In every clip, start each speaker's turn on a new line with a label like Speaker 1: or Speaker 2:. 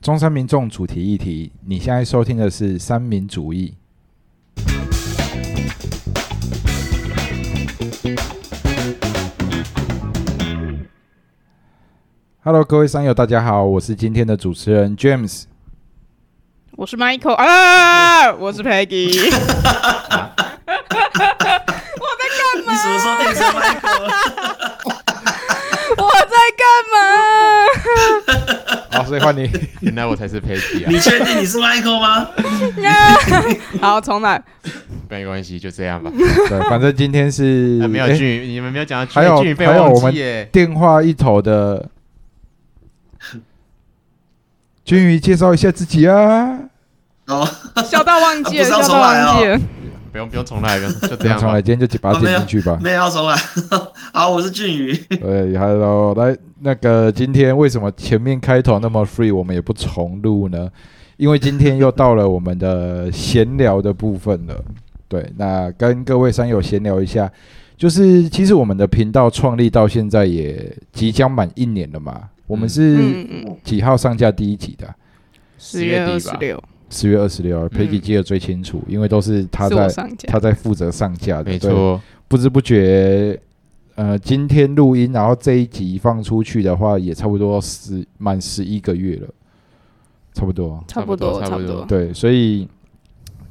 Speaker 1: 中山民众主题议题，你现在收听的是三民主义。Hello，各位山友，大家好，我是今天的主持人 James。
Speaker 2: 我是 Michael 啊，我是 Peggy。我在干
Speaker 3: 你什么时候
Speaker 2: 嘛？
Speaker 3: 变成 Michael？
Speaker 2: 我在干
Speaker 1: 好，哦所以 换你。
Speaker 4: 原来我才是 Peggy 啊，
Speaker 3: 你确定你是 Michael 吗？
Speaker 2: 嘛？ 好，重来。
Speaker 4: 没关系，就这样吧。
Speaker 1: 对，反正今天是、
Speaker 4: 啊没有
Speaker 1: 诶
Speaker 4: 俊宇，你们没有讲到
Speaker 1: 哎还有
Speaker 4: 俊宇，俊宇被
Speaker 1: 还有
Speaker 4: 忘
Speaker 1: 我们
Speaker 4: 记耶。
Speaker 1: 电话一头 的君宇，介绍一下自己啊。
Speaker 3: 哦，
Speaker 2: 笑到忘记了，
Speaker 3: 不是要
Speaker 2: 笑到
Speaker 3: 重来哦
Speaker 2: 忘记了。
Speaker 4: 不用不用重来，不用就
Speaker 1: 不
Speaker 4: 这
Speaker 1: 用
Speaker 4: 样
Speaker 1: 重来，
Speaker 4: 吧。
Speaker 1: 今天就把它
Speaker 3: 哦没
Speaker 1: 剪
Speaker 3: 有
Speaker 1: 进去吧。
Speaker 3: 没有要重来。 好，我是俊宇。
Speaker 1: 对，Hello，来，哎那个今天为什么前面开头那么 free，我们也不重录呢？因为今天又到了我们的闲聊的部分了。对，那跟各位山友闲聊一下，就是其实我们的频道创立到现在也即将满一年了嘛。我们是
Speaker 2: 嗯嗯嗯，
Speaker 1: 几号上架第一集的啊？
Speaker 2: 十
Speaker 4: 月
Speaker 2: 月二
Speaker 4: 底
Speaker 2: 十
Speaker 4: 吧，
Speaker 2: 六
Speaker 1: 十月二十六，Peggy 记得最清楚，因为都是他
Speaker 2: 嗯是我
Speaker 1: 在
Speaker 2: 上架
Speaker 1: 他，在负责上架的。
Speaker 4: 没
Speaker 1: 对
Speaker 4: 错，
Speaker 1: 不知不觉，呃，今天录音，然后这一集放出去的话，也差不多十满十一个月了，差不多。
Speaker 2: 差不多，
Speaker 4: 差
Speaker 2: 差
Speaker 4: 不多
Speaker 1: 对，所以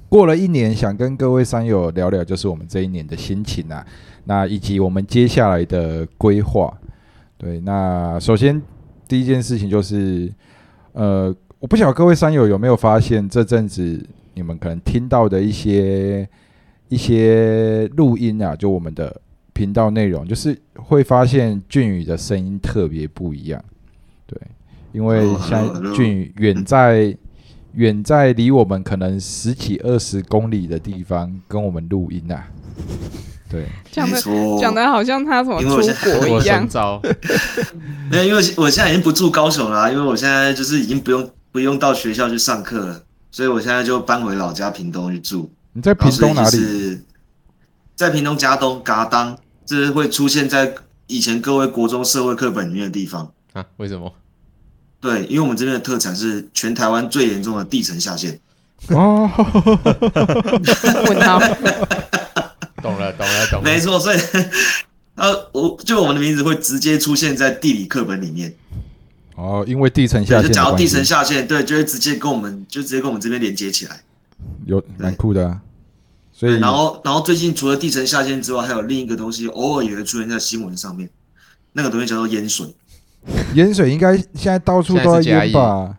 Speaker 1: 过了一年，想跟各位山友聊聊，就是我们这一年的心情啊，那以及我们接下来的规划。对，那首先第一件事情就是，呃，我不晓得各位山友有没有发现，这阵子你们可能听到的一些一些录音啊，就我们的频道内容，就是会发现俊宇的声音特别不一样。对，因为
Speaker 3: 哦
Speaker 1: 像
Speaker 3: hello，hello
Speaker 1: 俊宇远在远在离我们可能十几二十公里的地方跟我们录音啊。对，
Speaker 2: 讲
Speaker 3: 没
Speaker 2: 的
Speaker 3: 错
Speaker 2: 讲的好像他什么
Speaker 3: 因为我现
Speaker 2: 出国
Speaker 4: 我
Speaker 2: 一样
Speaker 4: 神。招，
Speaker 3: 没有，因为我现在已经不住高雄了啊、因为我现在就是已经不用不用到学校去上课了，所以我现在就搬回老家屏东去住。
Speaker 1: 你在屏东哪
Speaker 3: 然后所以就
Speaker 1: 里？
Speaker 3: 是在屏东加东嘎当，这是会出现在以前各位国中社会课本里面的地方。
Speaker 4: 啊？为什么？
Speaker 3: 对，因为我们这边的特产是全台湾最严重的地层下陷。
Speaker 1: 哦，
Speaker 2: 问号，
Speaker 4: 懂了，懂了，懂了
Speaker 3: 没。错，所以呃，我就我们的名字会直接出现在地理课本里面。
Speaker 1: 哦，因为地层下陷
Speaker 3: 对，就
Speaker 1: 的
Speaker 3: 讲到
Speaker 1: 关
Speaker 3: 地
Speaker 1: 系，
Speaker 3: 层下陷，对，就会直接跟我们就直接跟我们这边连接起来。
Speaker 1: 有蛮酷的、啊，所以
Speaker 3: 然后，然后最近除了地层下陷之外，还有另一个东西，偶尔也会出现在新闻上面。那个东西叫做淹水，
Speaker 1: 淹水应该现在到处都在淹吧？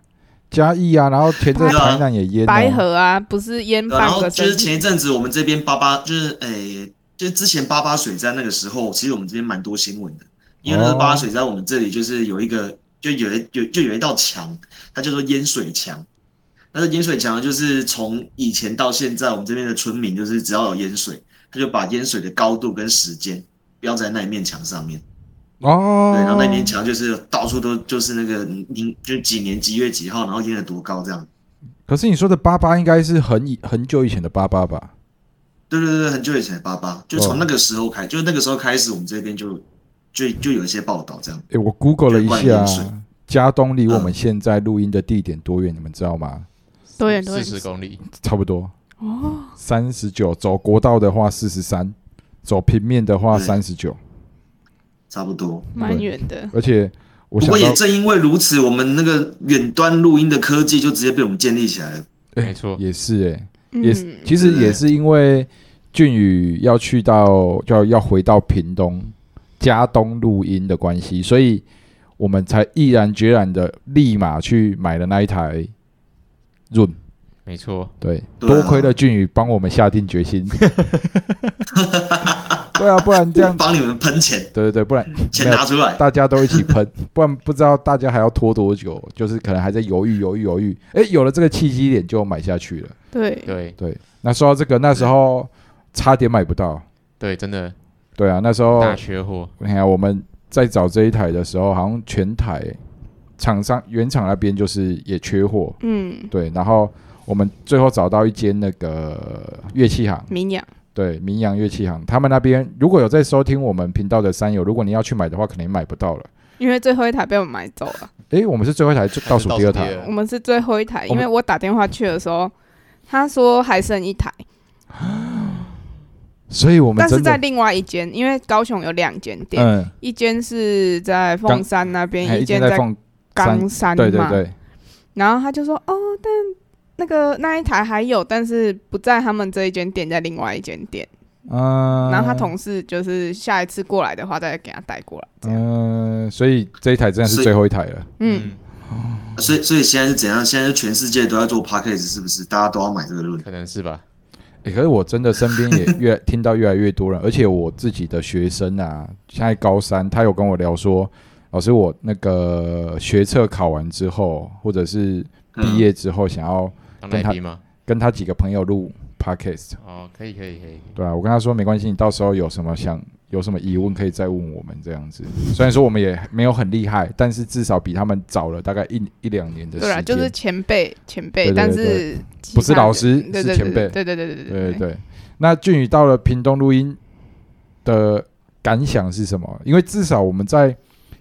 Speaker 1: 嘉义啊，然后前阵
Speaker 3: 对啊
Speaker 1: 台南也淹、啊，
Speaker 2: 白河啊，不是烟
Speaker 3: 对啊然
Speaker 2: 半
Speaker 3: 后
Speaker 2: 个
Speaker 3: 就
Speaker 2: 身
Speaker 3: 是前一阵子我们这边八八，就是诶、就是之前八八水灾那个时候，其实我们这边蛮多新闻的，因为那个
Speaker 1: 哦
Speaker 3: 八八水灾，我们这里就是有一个，就有一有就有一道墙，它叫做淹水墙。那个淹水墙就是从以前到现在，我们这边的村民就是只要有淹水，他就把淹水的高度跟时间标在那一面墙上面。
Speaker 1: 哦，
Speaker 3: 对，然后那面墙就是到处都就是那个您就几年几月几号，然后淹了多高这样。
Speaker 1: 可是你说的八八应该是很以很久以前的八八吧？
Speaker 3: 对对对，很久以前的八八，就
Speaker 1: 哦
Speaker 3: 从那个时候开，就是那个时候开始，我们这边就就就有一些报道这样。
Speaker 1: 诶，我 Google 了一下
Speaker 3: 对淹水，
Speaker 1: 嘉东离我们现在录音的地点多远？你们知道吗？
Speaker 2: 多远多
Speaker 4: 四
Speaker 2: 远？
Speaker 4: 十公里，
Speaker 1: 差不多
Speaker 2: 哦，
Speaker 1: 三十九，走国道的话四十三，走平面的话
Speaker 3: 对
Speaker 1: 三十九，
Speaker 3: 差不多，
Speaker 2: 蛮远的。
Speaker 1: 而且我
Speaker 3: 不
Speaker 1: 想
Speaker 3: 过也
Speaker 1: 到
Speaker 3: 正因为如此，我们那个远端录音的科技就直接被我们建立起来了。
Speaker 1: 诶
Speaker 4: 没错
Speaker 1: 哎也是诶。也是
Speaker 2: 嗯，
Speaker 1: 其实也是因为俊宇要去到要要回到屏东嘉东录音的关系，所以我们才毅然决然的立马去买了那一台润。
Speaker 4: 没错。
Speaker 1: 对，
Speaker 3: 对啊
Speaker 1: 多亏了俊宇帮我们下定决 心。对啊，不然这样，
Speaker 3: 帮你们喷钱，
Speaker 1: 对对对，不然
Speaker 3: 钱
Speaker 1: 没有
Speaker 3: 拿出来。
Speaker 1: 大家都一起喷， 不然不知道大家还要拖多久，就是可能还在犹豫犹豫犹豫。诶，有了这个契机点就买下去了。
Speaker 2: 对，
Speaker 4: 对
Speaker 1: 对，那说到这个，那时候差点买不到。
Speaker 4: 对，真的
Speaker 1: 对啊，那时候
Speaker 4: 大缺货，
Speaker 1: 你看我们在找这一台的时候，好像全台厂商原厂那边就是也缺货，
Speaker 2: 嗯，
Speaker 1: 对，然后我们最后找到一间那个乐器行，
Speaker 2: 民养
Speaker 1: 对，民扬乐器行，他们那边如果有在收听我们频道的山友，如果你要去买的话，可能买不到了。
Speaker 2: 因为最后一台被我们买走了，
Speaker 1: 诶，我们是最后一台就倒数第二
Speaker 4: 还是倒数第
Speaker 1: 台
Speaker 4: 二，
Speaker 2: 我们是最后一台，
Speaker 1: 我
Speaker 2: 因
Speaker 1: 们
Speaker 2: 为我打电话去的时候，他说还剩一台，
Speaker 1: 所以我们
Speaker 2: 但是
Speaker 1: 真
Speaker 2: 在
Speaker 1: 的
Speaker 2: 另外一间，因为高雄有两间店，
Speaker 1: 嗯，
Speaker 2: 一间是在凤山那
Speaker 1: 还
Speaker 2: 边，
Speaker 1: 一
Speaker 2: 间
Speaker 1: 间在
Speaker 2: 在
Speaker 1: 放
Speaker 2: 冈山嘛，
Speaker 1: 对对对，
Speaker 2: 然后他就说：“哦，但那个那一台还有，但是不在他们这一间店，在另外一间店。
Speaker 1: 嗯，
Speaker 2: 然后他同事就是下一次过来的话，再给他带过来。这样，
Speaker 1: 嗯，所以这一台真的是
Speaker 3: 所以
Speaker 1: 最后一台了。
Speaker 2: 嗯，
Speaker 3: 所以所以现在是怎样？现在是全世界都在做 p a c k a g e 是不是？大家都要买这个论？
Speaker 4: 嗯可能是吧。
Speaker 1: 欸，可是我真的身边也越听到越来越多人， 而且我自己的学生啊，现在高三，他有跟我聊说，老师，我那个学测考完之后，或者是毕业之后，想要
Speaker 4: 当奶逼吗？
Speaker 1: 跟他几个朋友录 podcast，
Speaker 4: 哦，可以可以可以。
Speaker 1: 对啊，我跟他说没关系，你到时候有什么想有什么疑问可以再问我们这样子。虽然说我们也没有很厉害，但是至少比他们早了大概一一两年的时
Speaker 2: 对啦，
Speaker 1: 间，
Speaker 2: 就是前辈，前辈，
Speaker 1: 对对
Speaker 2: 但是其他人
Speaker 1: 不是老师
Speaker 2: 对对
Speaker 1: 是前辈
Speaker 2: 对对对对对
Speaker 1: 对对对。那俊宇到了屏东录音的感想是什么？因为至少我们在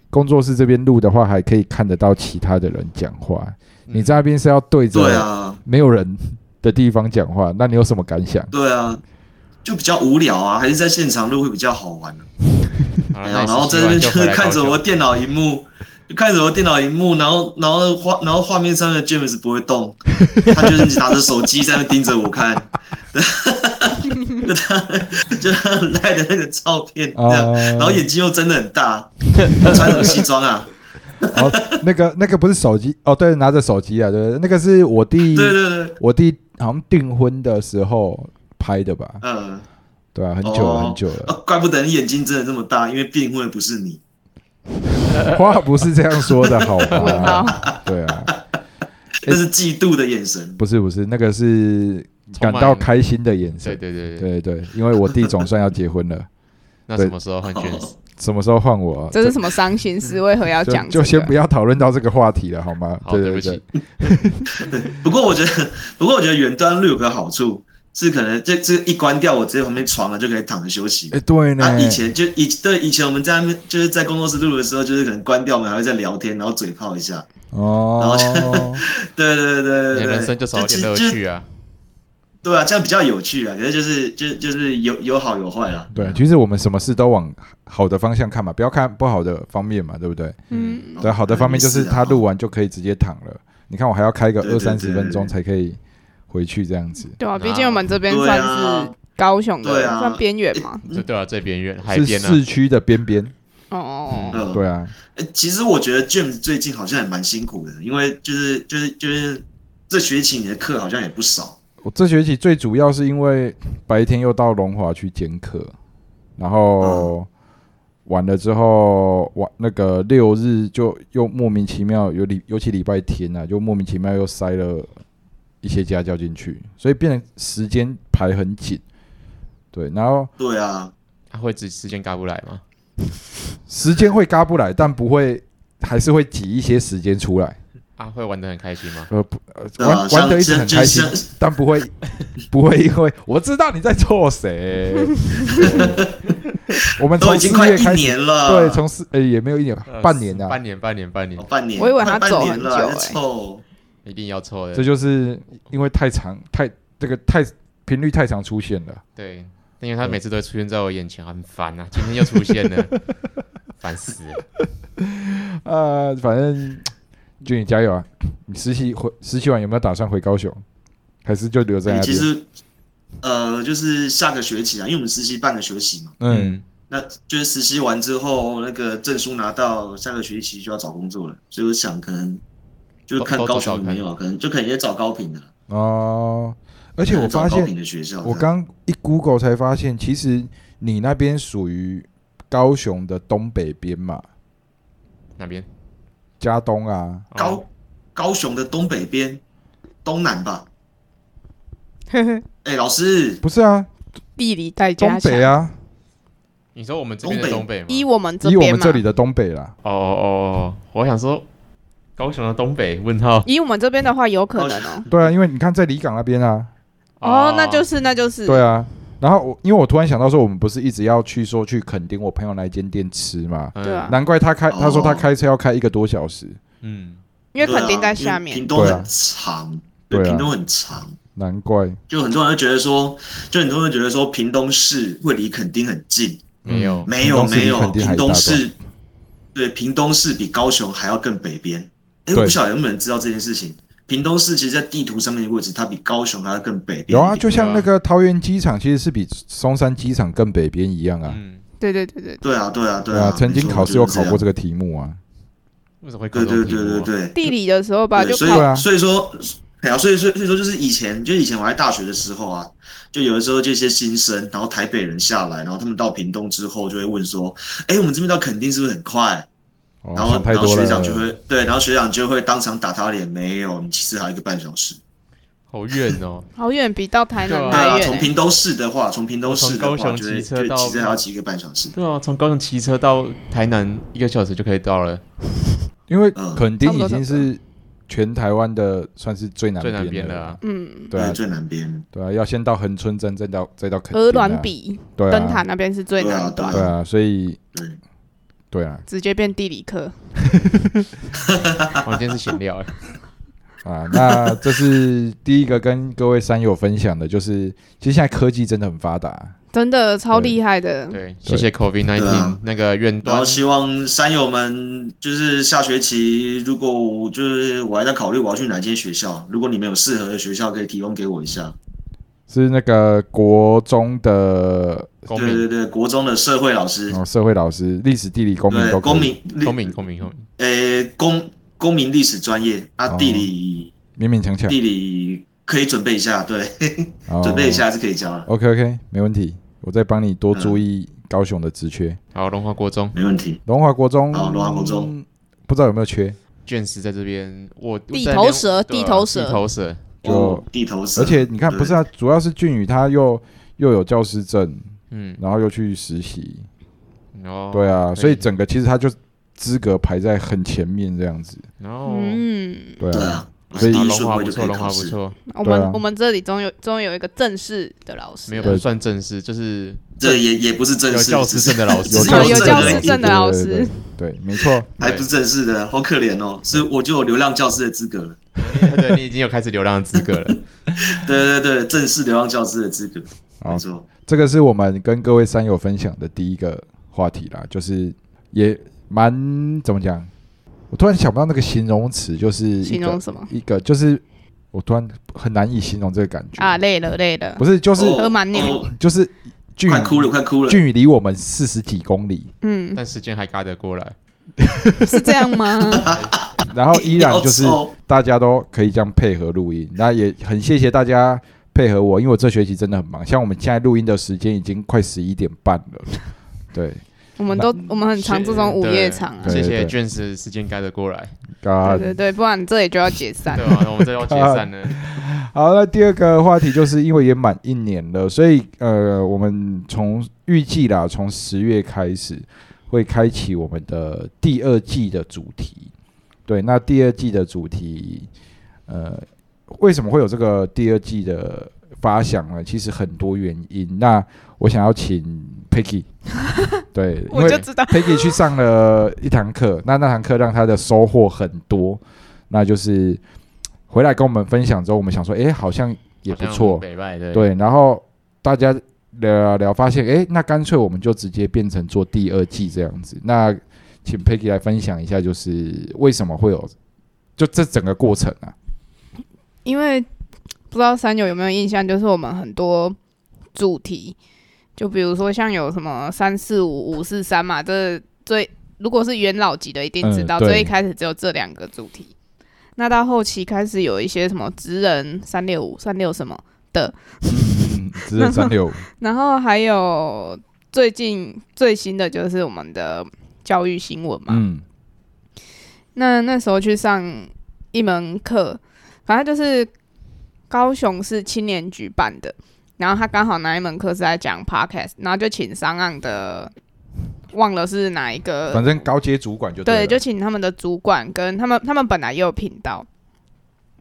Speaker 1: 工作室这边录的话，还可以看得到其他的人讲话。
Speaker 4: 嗯
Speaker 1: 你在那边是要对
Speaker 3: 对
Speaker 1: 着
Speaker 3: 啊，
Speaker 1: 没有人的地方讲话，那你有什么感想？
Speaker 3: 对啊，就比较无聊啊，还是在现场录会比较好玩、啊。
Speaker 4: 好
Speaker 3: 哎
Speaker 4: 了
Speaker 3: 呀
Speaker 4: 那
Speaker 1: 啊
Speaker 3: 然后在
Speaker 4: 这
Speaker 3: 那边就是看着我电脑荧幕，就看着我电脑荧幕，然后然后画然后画面上的 James 不会 动，他就是拿着手机在那盯着我看，就他就他赖的那个照片这
Speaker 1: 哦
Speaker 3: 样，然后眼睛又睁得很 大，他穿什么西装啊？
Speaker 1: 哦， 那个那个不是手机哦，对，拿着手机啊，对，那个是我弟
Speaker 3: 对 对对，
Speaker 1: 我弟好像订婚的时候拍的吧？
Speaker 3: 嗯、呃
Speaker 1: 对啊，很久了，
Speaker 3: 哦
Speaker 1: 很久了。
Speaker 3: 怪不得你眼睛睁得这么大，因为订婚的不是你。
Speaker 1: 话不是这样说的，好
Speaker 2: 我知道
Speaker 1: 吗？对啊，
Speaker 3: 那是嫉妒的眼神，
Speaker 1: 不是不是，那个是
Speaker 4: 充
Speaker 1: 感
Speaker 4: 满
Speaker 1: 到开心的眼
Speaker 4: 对
Speaker 1: 神。
Speaker 4: 对对
Speaker 1: 对
Speaker 4: 对。
Speaker 1: 对，因为我弟总算要结婚 了，
Speaker 4: 那
Speaker 1: 对
Speaker 4: 什么时候换卷？
Speaker 3: 哦
Speaker 1: 什么时候换我啊？
Speaker 2: 这是什么伤心事？为何要
Speaker 1: 就
Speaker 2: 讲、
Speaker 1: 嗯
Speaker 2: 这
Speaker 1: 就
Speaker 2: 个？
Speaker 1: 先不要讨论到这个话题了，好吗？
Speaker 4: 好，
Speaker 1: 对
Speaker 4: 对
Speaker 1: 对
Speaker 4: 不起，，
Speaker 3: 不过我觉得，不过我觉得远端录有个好处是，可能这这一关掉，我直接旁边床了就可以躺着休息。
Speaker 1: 哎，对
Speaker 3: 啊，
Speaker 1: 呢，
Speaker 3: 以前就以对以前我们在那边就是在工作室录的时候，就是可能关掉，我们还会在聊天，然后嘴炮一下。
Speaker 1: 哦，
Speaker 3: 对对对对
Speaker 4: 你
Speaker 3: 对
Speaker 4: 的
Speaker 3: 对，
Speaker 4: 人生就少一点乐
Speaker 3: 就就
Speaker 4: 趣啊。
Speaker 3: 对啊，这样比较有趣啊。可是就是就就是有有好有坏啦。啊
Speaker 1: 对，其实我们什么事都往好的方向看嘛，不要看不好的方面嘛，对不对？
Speaker 4: 哦
Speaker 2: 嗯，
Speaker 1: 对，好的方面
Speaker 4: 啊
Speaker 1: 就是他录完就可以直接躺了。你看我还要开个
Speaker 3: 对
Speaker 1: 二
Speaker 3: 对
Speaker 1: 三十
Speaker 3: 对
Speaker 1: 分钟才可以回去这样子，
Speaker 2: 对啊，
Speaker 4: 然后
Speaker 2: 毕竟我们这边
Speaker 3: 对
Speaker 2: 算
Speaker 3: 啊
Speaker 2: 是高雄的，
Speaker 3: 对啊
Speaker 2: 算边缘 嘛。
Speaker 4: 这对啊，最边缘海
Speaker 1: 是
Speaker 4: 边啊，
Speaker 1: 市区的边边。
Speaker 2: 哦，
Speaker 3: 嗯，
Speaker 1: 对啊，
Speaker 3: 呃其实我觉得 James 最近好像也蛮辛苦的，因为就是就是就是这学期你的课好像也不少。
Speaker 1: 我这学期最主要是因为白天又到龙华去兼课，然
Speaker 3: 嗯
Speaker 1: 后晚了之后晚那个六日就又莫名其妙有礼，尤其礼拜天啊，就莫名其妙又塞了一些家教进去，所以变成时间排很紧。对，然后
Speaker 3: 对啊，
Speaker 4: 他会只时间赶不来吗？
Speaker 1: 时间会嘎不来，但不会，还是会挤一些时间出来。
Speaker 4: 啊，会玩的很开心吗？
Speaker 1: 呃，不，呃
Speaker 3: 对啊
Speaker 1: 玩玩
Speaker 3: 像
Speaker 1: 的一直很
Speaker 3: 就
Speaker 1: 开心
Speaker 3: 像，
Speaker 1: 但不 会，不会因为我知道你在做 谁。对我们
Speaker 3: 都
Speaker 1: 从
Speaker 3: 已
Speaker 1: 四
Speaker 3: 经快
Speaker 1: 月
Speaker 3: 一
Speaker 1: 开始，
Speaker 3: 年了，
Speaker 1: 对，从四呃也没有一年，半年
Speaker 4: 啊，
Speaker 1: 啊，
Speaker 4: 半年，半年，半年
Speaker 3: 哦，半年，
Speaker 2: 我以为他
Speaker 3: 快
Speaker 2: 走
Speaker 3: 半年
Speaker 2: 很
Speaker 3: 了
Speaker 2: 久
Speaker 3: 还在
Speaker 2: 欸
Speaker 3: 凑
Speaker 4: 一定要抽
Speaker 1: 这
Speaker 4: 的。
Speaker 1: 就是因为太长太这个太频率太常出现了。
Speaker 4: 对，因为他每次都会出现在我眼前，很烦啊。今天又出现了，烦死了。
Speaker 1: 呃，反正俊宇加油啊！你实习回实习完有没有打算回高雄？还是就留在那
Speaker 3: 哎其
Speaker 1: 边？
Speaker 3: 实，呃，就是下个学期啊，因为我们实习半个学期嘛，
Speaker 1: 嗯，，
Speaker 3: 那就是实习完之后，那个证书拿到，下个学期就要找工作了，所以我想可能就是看
Speaker 4: 都都
Speaker 3: 高雄
Speaker 4: 找
Speaker 3: 有没有啊，可能就可能也找高频的了，
Speaker 1: 哦，而且我
Speaker 3: 找
Speaker 1: 发
Speaker 3: 高
Speaker 1: 现
Speaker 3: 频的学校这样。
Speaker 1: 我刚一 Google 才发现，其实你那边属于高雄的东北边嘛，
Speaker 4: 哪边？
Speaker 1: 加东啊，
Speaker 4: 哦
Speaker 3: 高高雄的东北边，东南吧。
Speaker 2: 呵呵，
Speaker 3: 哎，老师，
Speaker 1: 不是啊，
Speaker 2: 地理代
Speaker 1: 东
Speaker 2: 加强
Speaker 1: 北。啊，
Speaker 4: 你说我们这边的东
Speaker 3: 东
Speaker 4: 北吗？
Speaker 2: 依我们这
Speaker 1: 以我
Speaker 2: 边
Speaker 1: 们
Speaker 2: 嘛
Speaker 1: 这，里的东北啦，
Speaker 4: 哦哦哦，我想说高雄的东北？问号。
Speaker 2: 以我们这边的话，有可能哦。
Speaker 1: 对啊，因为你看在离港那边啊，
Speaker 2: 哦
Speaker 4: 哦
Speaker 2: 哦，那就是那就是，
Speaker 1: 对啊，然后我因为我突然想到说，我们不是一直要去说去垦丁我朋友那一间店吃嘛，
Speaker 4: 嗯
Speaker 2: 对啊
Speaker 1: 难怪他开，他说他
Speaker 3: 哦
Speaker 1: 开车要开一个多小时，
Speaker 4: 嗯，
Speaker 2: 因为肯定在下
Speaker 3: 对啊因为
Speaker 2: 面。
Speaker 3: 屏东
Speaker 1: 对啊
Speaker 3: 很长，对，
Speaker 1: 对啊
Speaker 3: 屏东很长，
Speaker 1: 难怪
Speaker 3: 就很多人会觉得说，就很多人会觉得说，屏东市会离垦丁很近，
Speaker 4: 没有
Speaker 3: 没有
Speaker 1: 哦屏东市离
Speaker 3: 没有，
Speaker 1: 垦丁还
Speaker 3: 屏
Speaker 1: 一大
Speaker 3: 东
Speaker 1: 段
Speaker 3: 市，对，屏东市比高雄还要更北边。哎，我
Speaker 1: 对
Speaker 3: 不晓得有没有人知道这件事情。屏东市其实，在地图上面的位置，它比高雄还要更北边。
Speaker 1: 有啊，
Speaker 3: 就
Speaker 1: 就像那个桃园机场其实是比松山机场更北边一样啊，
Speaker 4: 嗯，
Speaker 2: 对对对对，
Speaker 3: 对啊，对啊，
Speaker 1: 对
Speaker 3: 对
Speaker 1: 啊，曾经考试有考过
Speaker 3: 这
Speaker 1: 这个题目啊，
Speaker 4: 为什么会搞
Speaker 3: 样。
Speaker 4: 这
Speaker 3: 对
Speaker 4: 种
Speaker 3: 对对对
Speaker 4: 题目啊？
Speaker 3: 对
Speaker 2: 地理的时候吧，
Speaker 3: 对，
Speaker 2: 就
Speaker 3: 所
Speaker 1: 考
Speaker 2: 考
Speaker 1: 啊
Speaker 3: 以所以说，对啊，所以所以所以说，就是以前，就以前我在大学的时候啊，就有的时候这些新生，然后台北人下来，然后他们到屏东之后，就会问说，哎，我们这边到垦丁是不是很快？
Speaker 1: 哦，
Speaker 3: 然后
Speaker 1: 想太
Speaker 3: 然后
Speaker 1: 多
Speaker 3: 学长就
Speaker 1: 了，
Speaker 3: 会呃对，然后学长就会当场打他脸，没有，你其实还有一个半小时。
Speaker 4: 好远哦，
Speaker 2: 好远，比到台南
Speaker 3: 对
Speaker 4: 对
Speaker 2: 还
Speaker 3: 啊，
Speaker 2: 远
Speaker 3: 从
Speaker 2: 欸。
Speaker 3: 屏东市的话，从屏东市的
Speaker 4: 从高
Speaker 3: 话，
Speaker 4: 雄
Speaker 3: 就会
Speaker 4: 骑车
Speaker 3: 就
Speaker 4: 到
Speaker 3: 骑车还要骑一个半小时。
Speaker 4: 对啊，从高雄骑车到台南一个小时就可以到了，
Speaker 1: 因为
Speaker 3: 嗯
Speaker 1: 垦丁已
Speaker 2: 差
Speaker 1: 经
Speaker 2: 不多
Speaker 1: 是全台湾的算是最南
Speaker 4: 最南
Speaker 1: 边
Speaker 4: 边的
Speaker 1: 的
Speaker 4: 啊
Speaker 1: 啊，，
Speaker 2: 嗯，
Speaker 1: 对啊，
Speaker 3: 最南边。
Speaker 1: 对啊，要先到恒春站，再到再到垦丁啊
Speaker 2: 鹅銮鼻、
Speaker 1: 对啊
Speaker 2: 灯塔那边是最难
Speaker 3: 对啊
Speaker 2: 的，
Speaker 1: 对啊，所以
Speaker 3: 对，
Speaker 1: 对啊
Speaker 2: 直接变地理课。
Speaker 4: 我今天是闲聊欸，
Speaker 1: 啊，那这是第一个跟各位山友分享的，就是其实现在科技真的很发达，
Speaker 2: 真的超厉害的，
Speaker 4: 对，谢谢 COVID
Speaker 3: 嗯对
Speaker 4: nineteen
Speaker 3: 啊
Speaker 4: 那个远
Speaker 3: 然
Speaker 4: 端
Speaker 3: 后，希望山友们就是下学期，如果我就是我还在考虑我要去哪间学校，如果你们有适合的学校，可以提供给我一下。
Speaker 1: 是那个国中的
Speaker 4: 公
Speaker 3: 对对
Speaker 4: 民，
Speaker 3: 对，国中的社会老师，
Speaker 1: 哦社会老师、历史、地理、公民
Speaker 3: 对
Speaker 1: 都可以
Speaker 3: 公民，
Speaker 4: 公民，公民，公民，
Speaker 3: 呃，公公民历史专业啊，
Speaker 1: 哦
Speaker 3: 地理
Speaker 1: 勉勉强强
Speaker 3: 地理可以准备一下，对，
Speaker 1: 哦
Speaker 3: 准备一下是可嗯以教的，
Speaker 1: OK OK，没问题，我再帮你多注意高雄的职缺。
Speaker 4: 好，龙华国中
Speaker 3: 没问题。
Speaker 1: 龙华国中，
Speaker 3: 好哦龙华国中
Speaker 1: 嗯不知道有没有缺，
Speaker 4: 卷石在这边，我
Speaker 2: 地
Speaker 4: 我在那边
Speaker 2: 头蛇
Speaker 4: 对啊
Speaker 2: 地头蛇
Speaker 4: 地头蛇，
Speaker 1: 就
Speaker 3: 哦地头蛇，
Speaker 1: 而且你看，不是啊，主要是俊宇他又又有教师证，
Speaker 4: 嗯，
Speaker 1: 然后又去实习，
Speaker 4: 然
Speaker 3: 哦
Speaker 4: 后
Speaker 1: 对啊，
Speaker 4: 可
Speaker 1: 所以整个其实他就资格排在很前面这样子，
Speaker 4: 然后
Speaker 2: 嗯，
Speaker 1: 对
Speaker 3: 对
Speaker 1: 啊，
Speaker 3: 啊，
Speaker 1: 所以
Speaker 3: 第
Speaker 4: 啊
Speaker 3: 一
Speaker 4: 龙
Speaker 3: 顺
Speaker 4: 华
Speaker 3: 位
Speaker 4: 不
Speaker 3: 就可
Speaker 4: 错，
Speaker 3: 以
Speaker 4: 龙华
Speaker 3: 考
Speaker 4: 不
Speaker 3: 试。
Speaker 4: 错，
Speaker 2: 我
Speaker 1: 对啊
Speaker 2: 们我们这里终有终于有一个正式的老师，
Speaker 4: 没有
Speaker 1: 对
Speaker 4: 不算正式，就是
Speaker 3: 这也也不是正
Speaker 4: 有
Speaker 3: 式，
Speaker 4: 教师证的老师，
Speaker 3: 有
Speaker 1: 有
Speaker 3: 教
Speaker 1: 教
Speaker 3: 师
Speaker 1: 师证
Speaker 3: 证而
Speaker 1: 的
Speaker 3: 已
Speaker 2: 证的老师
Speaker 1: 对对对，对没 错，
Speaker 3: 还不是正式的，好可怜哦。是我就有流浪教师的资格了。
Speaker 4: 对你已经有开始流浪的资格 了。
Speaker 3: 对对对，正式流浪教师的资格，
Speaker 1: 好
Speaker 3: 没，错。
Speaker 1: 这个是我们跟各位山友分享的第一个话题啦，就是也蛮怎么讲，我突然想不到那个形容词，就是一
Speaker 2: 形
Speaker 1: 个
Speaker 2: 容什么
Speaker 1: 一个就是我突然很难以形容这个感觉
Speaker 2: 啊？，累了累了
Speaker 1: 不，是就是
Speaker 3: 哦
Speaker 2: 喝满牛
Speaker 3: 哦
Speaker 1: 就是俊宇
Speaker 3: 快哭了，快哭了。
Speaker 1: 俊宇离我们四十几公里，
Speaker 2: 嗯，
Speaker 4: 但时间还嘎得过来，
Speaker 2: 是这样吗？
Speaker 1: 然后依然就是
Speaker 3: 要哦抽
Speaker 1: 大家都可以这样配合录音，那也很谢谢大家配合我，因为我这学期真的很忙，像我们现在录音的时间已经快十一点半了，对，
Speaker 2: 我们都我们很常这种午夜场啊
Speaker 1: 对，
Speaker 4: 谢谢
Speaker 1: 对
Speaker 4: 卷石时间嘎得过来，
Speaker 1: 嘎
Speaker 2: 对对对，不然这里就要解散
Speaker 4: 对。啊吧？那我们这要解散了，
Speaker 1: 好，那第二个话题就是因为也满一年了，所以呃，我们从预计啦，从十月开始会开启我们的第二季的主题。对，那第二季的主题，呃，为什么会有这个第二季的发想呢？其实很多原因。那我想要请 Peggy，对，因
Speaker 2: 我就
Speaker 1: 为
Speaker 2: 知道，
Speaker 1: Peggy 去上了一堂课，那那堂课让他的收获很多，那就是回来跟我们分享之后，我们想说，诶，好像也不错，
Speaker 4: 北拜对，
Speaker 1: 对，然后大家聊聊发现，诶，那干脆我们就直接变成做第二季这样子。那请 Peggy 来分享一下，就是为什么会有就这整个过程 啊？
Speaker 2: 因为不知道三友有没有印象，就是我们很多主题，就比如说像有什么三四五五四三嘛，这最如果是元老级的一定知道，
Speaker 1: 嗯对
Speaker 2: 最一开始只有这两个主题。那到后期开始有一些什么职人三六五三六什么，
Speaker 1: 嗯，只是三 六
Speaker 2: 然后还有最近最新的就是我们的教育新闻嘛，
Speaker 1: 嗯，
Speaker 2: 那那时候去上一门课，反正就是高雄市青年局办的，然后他刚好那一门课是在讲 podcast，然后就请上岸的，忘了是哪一个，
Speaker 1: 反正高阶主管就
Speaker 2: 呃对，
Speaker 1: 对
Speaker 2: 就
Speaker 1: 了，
Speaker 2: 请他们的主管跟他们，他们本来也有频道，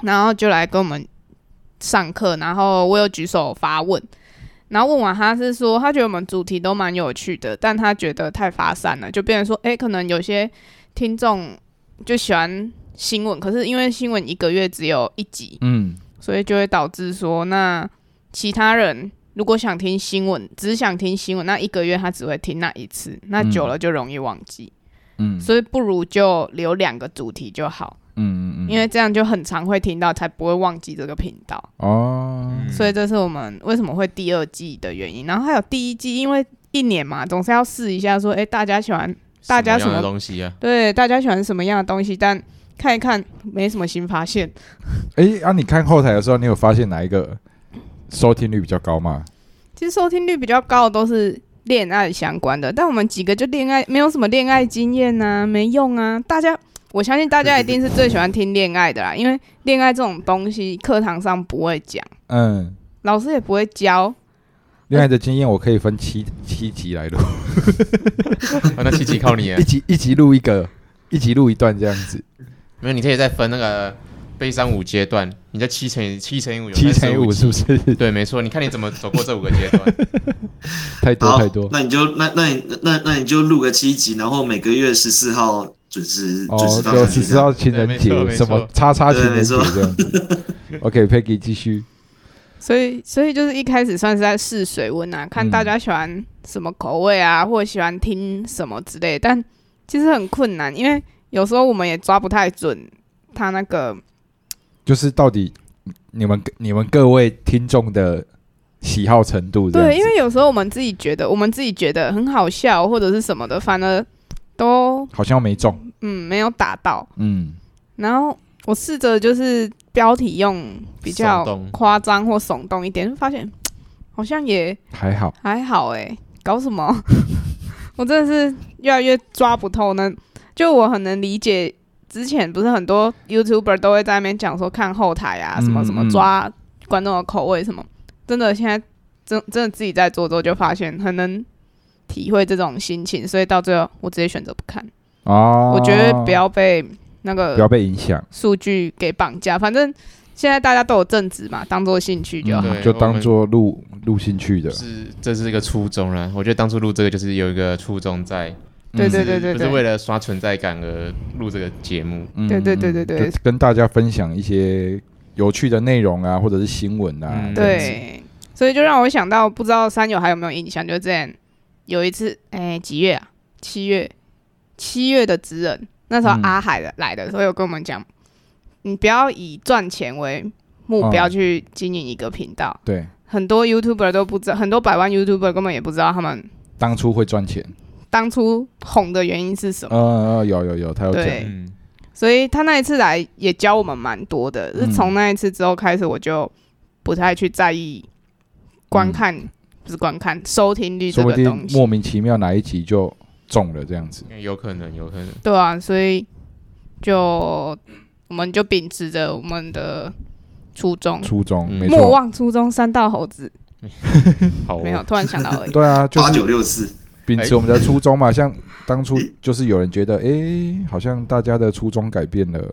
Speaker 2: 然后就来跟我们上课，然后我有举手发问，然后问完他是说，他觉得我们主题都蛮有趣的，但他觉得太发散了，就变成说，哎、可能有些听众就喜欢新闻，可是因为新闻一个月只有一集，
Speaker 1: 嗯，
Speaker 2: 所以就会导致说，那其他人如果想听新闻，只想听新闻，那一个月他只会听那一次，那久了就容易忘记，
Speaker 1: 嗯
Speaker 2: 所以不如就留两个主题就好，
Speaker 1: 嗯嗯嗯，
Speaker 2: 因为这样就很常会听到，才不会忘记这个频道。
Speaker 1: 哦，
Speaker 2: 所以这是我们为什么会第二季的原因。然后还有第一季，因为一年嘛，总是要试一下说，哎，大家喜欢大家
Speaker 4: 什么
Speaker 2: 什
Speaker 4: 样的
Speaker 2: 么
Speaker 4: 东西啊？
Speaker 2: 对大家喜欢什么样的东西，但看一看没什么新发现。
Speaker 1: 诶，啊，你看后台的时候，你有发现哪一个收听率比较高吗？
Speaker 2: 其实收听率比较高的都是恋爱相关的，但我们几个就恋爱没有什么恋爱经验呐、没用啊。大家我相信大家一定是最喜欢听恋爱的啦，因为恋爱这种东西课堂上不会讲，
Speaker 1: 嗯，
Speaker 2: 老师也不会教，
Speaker 1: 恋爱的经验我可以分七七集来录，
Speaker 4: 哦那七集靠你啊
Speaker 1: 一，集一集录一个，一集录一段这样子，
Speaker 4: 没有，你可以再分那个悲伤五阶段，你在七乘以七乘以五，有
Speaker 1: 七乘以五
Speaker 4: 35
Speaker 1: 是不是
Speaker 4: 集对，没错，你看你怎么走过这五个阶段。
Speaker 1: 太多
Speaker 3: 好
Speaker 1: 太多，？
Speaker 3: 那你就那那你那那你就录个七集，然后每个月十四号准时
Speaker 1: 哦
Speaker 3: 准时，发
Speaker 1: 就
Speaker 3: 上去
Speaker 1: 只知
Speaker 3: 这样。
Speaker 1: 道情人
Speaker 4: 对没错
Speaker 1: 节
Speaker 4: 没
Speaker 1: 什
Speaker 4: 错
Speaker 1: 么叉叉情人节
Speaker 3: 对没
Speaker 1: 这样子。OK，Peggy 继续，
Speaker 2: 所以，所以就是一开始算是在试水温
Speaker 1: 嗯
Speaker 2: 啊，看大家喜欢什么口味啊，或者喜欢听什么之类的。但其实很困难，因为有时候我们也抓不太准他那个
Speaker 1: 就是到底你们你们各位听众的喜好程度这样
Speaker 2: 对，因
Speaker 1: 子，
Speaker 2: 为有时候我们自己觉得，我们自己觉得很好笑或者是什么的，反而都
Speaker 1: 好像没中，
Speaker 2: 嗯没有打到。
Speaker 1: 嗯
Speaker 2: 然后我试着就是标题用比较
Speaker 4: 耸动
Speaker 2: 夸张或耸动一点，发现好像也
Speaker 1: 还好，
Speaker 2: 还好哎、搞什么？ 我真的是越来越抓不透呢。就我很能理解，之前不是很多 YouTuber 都会在那边讲说看后台啊，
Speaker 1: 嗯
Speaker 2: 什么什么
Speaker 1: 嗯
Speaker 2: 抓观众的口味什么。真的，现在真真的自己在做之后，就发现很能体会这种心情，所以到最后我直接选择不看。
Speaker 1: 哦，
Speaker 2: 我觉得不要被那
Speaker 1: 不要
Speaker 2: 个
Speaker 1: 被影响，
Speaker 2: 数据给绑架，反正现在大家都有正职嘛，当做兴趣就好。
Speaker 4: 对
Speaker 1: 嗯就
Speaker 4: 我
Speaker 1: 当
Speaker 4: 们
Speaker 1: 做录录兴趣的，
Speaker 4: 是，这是一个初衷啦。我觉得当初录这个就是有一个初衷在，
Speaker 2: 对对
Speaker 4: 就
Speaker 2: 对
Speaker 4: 是
Speaker 2: 对
Speaker 4: 不
Speaker 2: 对
Speaker 4: 是为了刷存在感而录这个节目。
Speaker 1: 嗯
Speaker 2: 对对对
Speaker 1: 嗯
Speaker 2: 对对
Speaker 1: 就跟大家分享一些有趣的内容啊，或者是新闻啊，
Speaker 4: 嗯
Speaker 1: 这样子，
Speaker 2: 对，所以就让我想到，不知道三友还有没有印象？就之前有一次，哎、几月啊？七月，七月的职人，那时候
Speaker 1: 嗯
Speaker 2: 阿海的、来的时候有跟我们讲，你不要以赚钱为目标
Speaker 1: 哦
Speaker 2: 去经营一个频道。
Speaker 1: 对，
Speaker 2: 很多 YouTuber 都不知道，很多百万 YouTuber 根本也不知道他们
Speaker 1: 当初会赚钱，
Speaker 2: 当初红的原因是什么。
Speaker 1: 嗯嗯，有有有，他有讲，
Speaker 2: 对
Speaker 4: 嗯，
Speaker 2: 所以他那一次来也教我们蛮多的。是
Speaker 1: 嗯
Speaker 2: 从那一次之后开始，我就不太去在意观看，不是观看收听率
Speaker 1: 嗯
Speaker 2: 这
Speaker 1: 说不
Speaker 2: 个
Speaker 1: 定
Speaker 2: 东西
Speaker 1: 莫，名其妙哪一集就中了这样子，
Speaker 4: 有可能，有可能。
Speaker 2: 对啊，所以就我们就秉持着我们的初衷，
Speaker 1: 初中
Speaker 4: 嗯
Speaker 1: 没
Speaker 2: 莫
Speaker 1: 错，
Speaker 2: 忘初衷，三道猴子
Speaker 4: 好哦，
Speaker 2: 没有，突然想到 而已。
Speaker 1: 对啊，就
Speaker 3: 八
Speaker 1: 是
Speaker 3: 九 六四，
Speaker 1: 秉持我们的初衷
Speaker 2: 哎
Speaker 1: 嘛，像当初就是有人觉得，诶，好像大家的初衷改变了，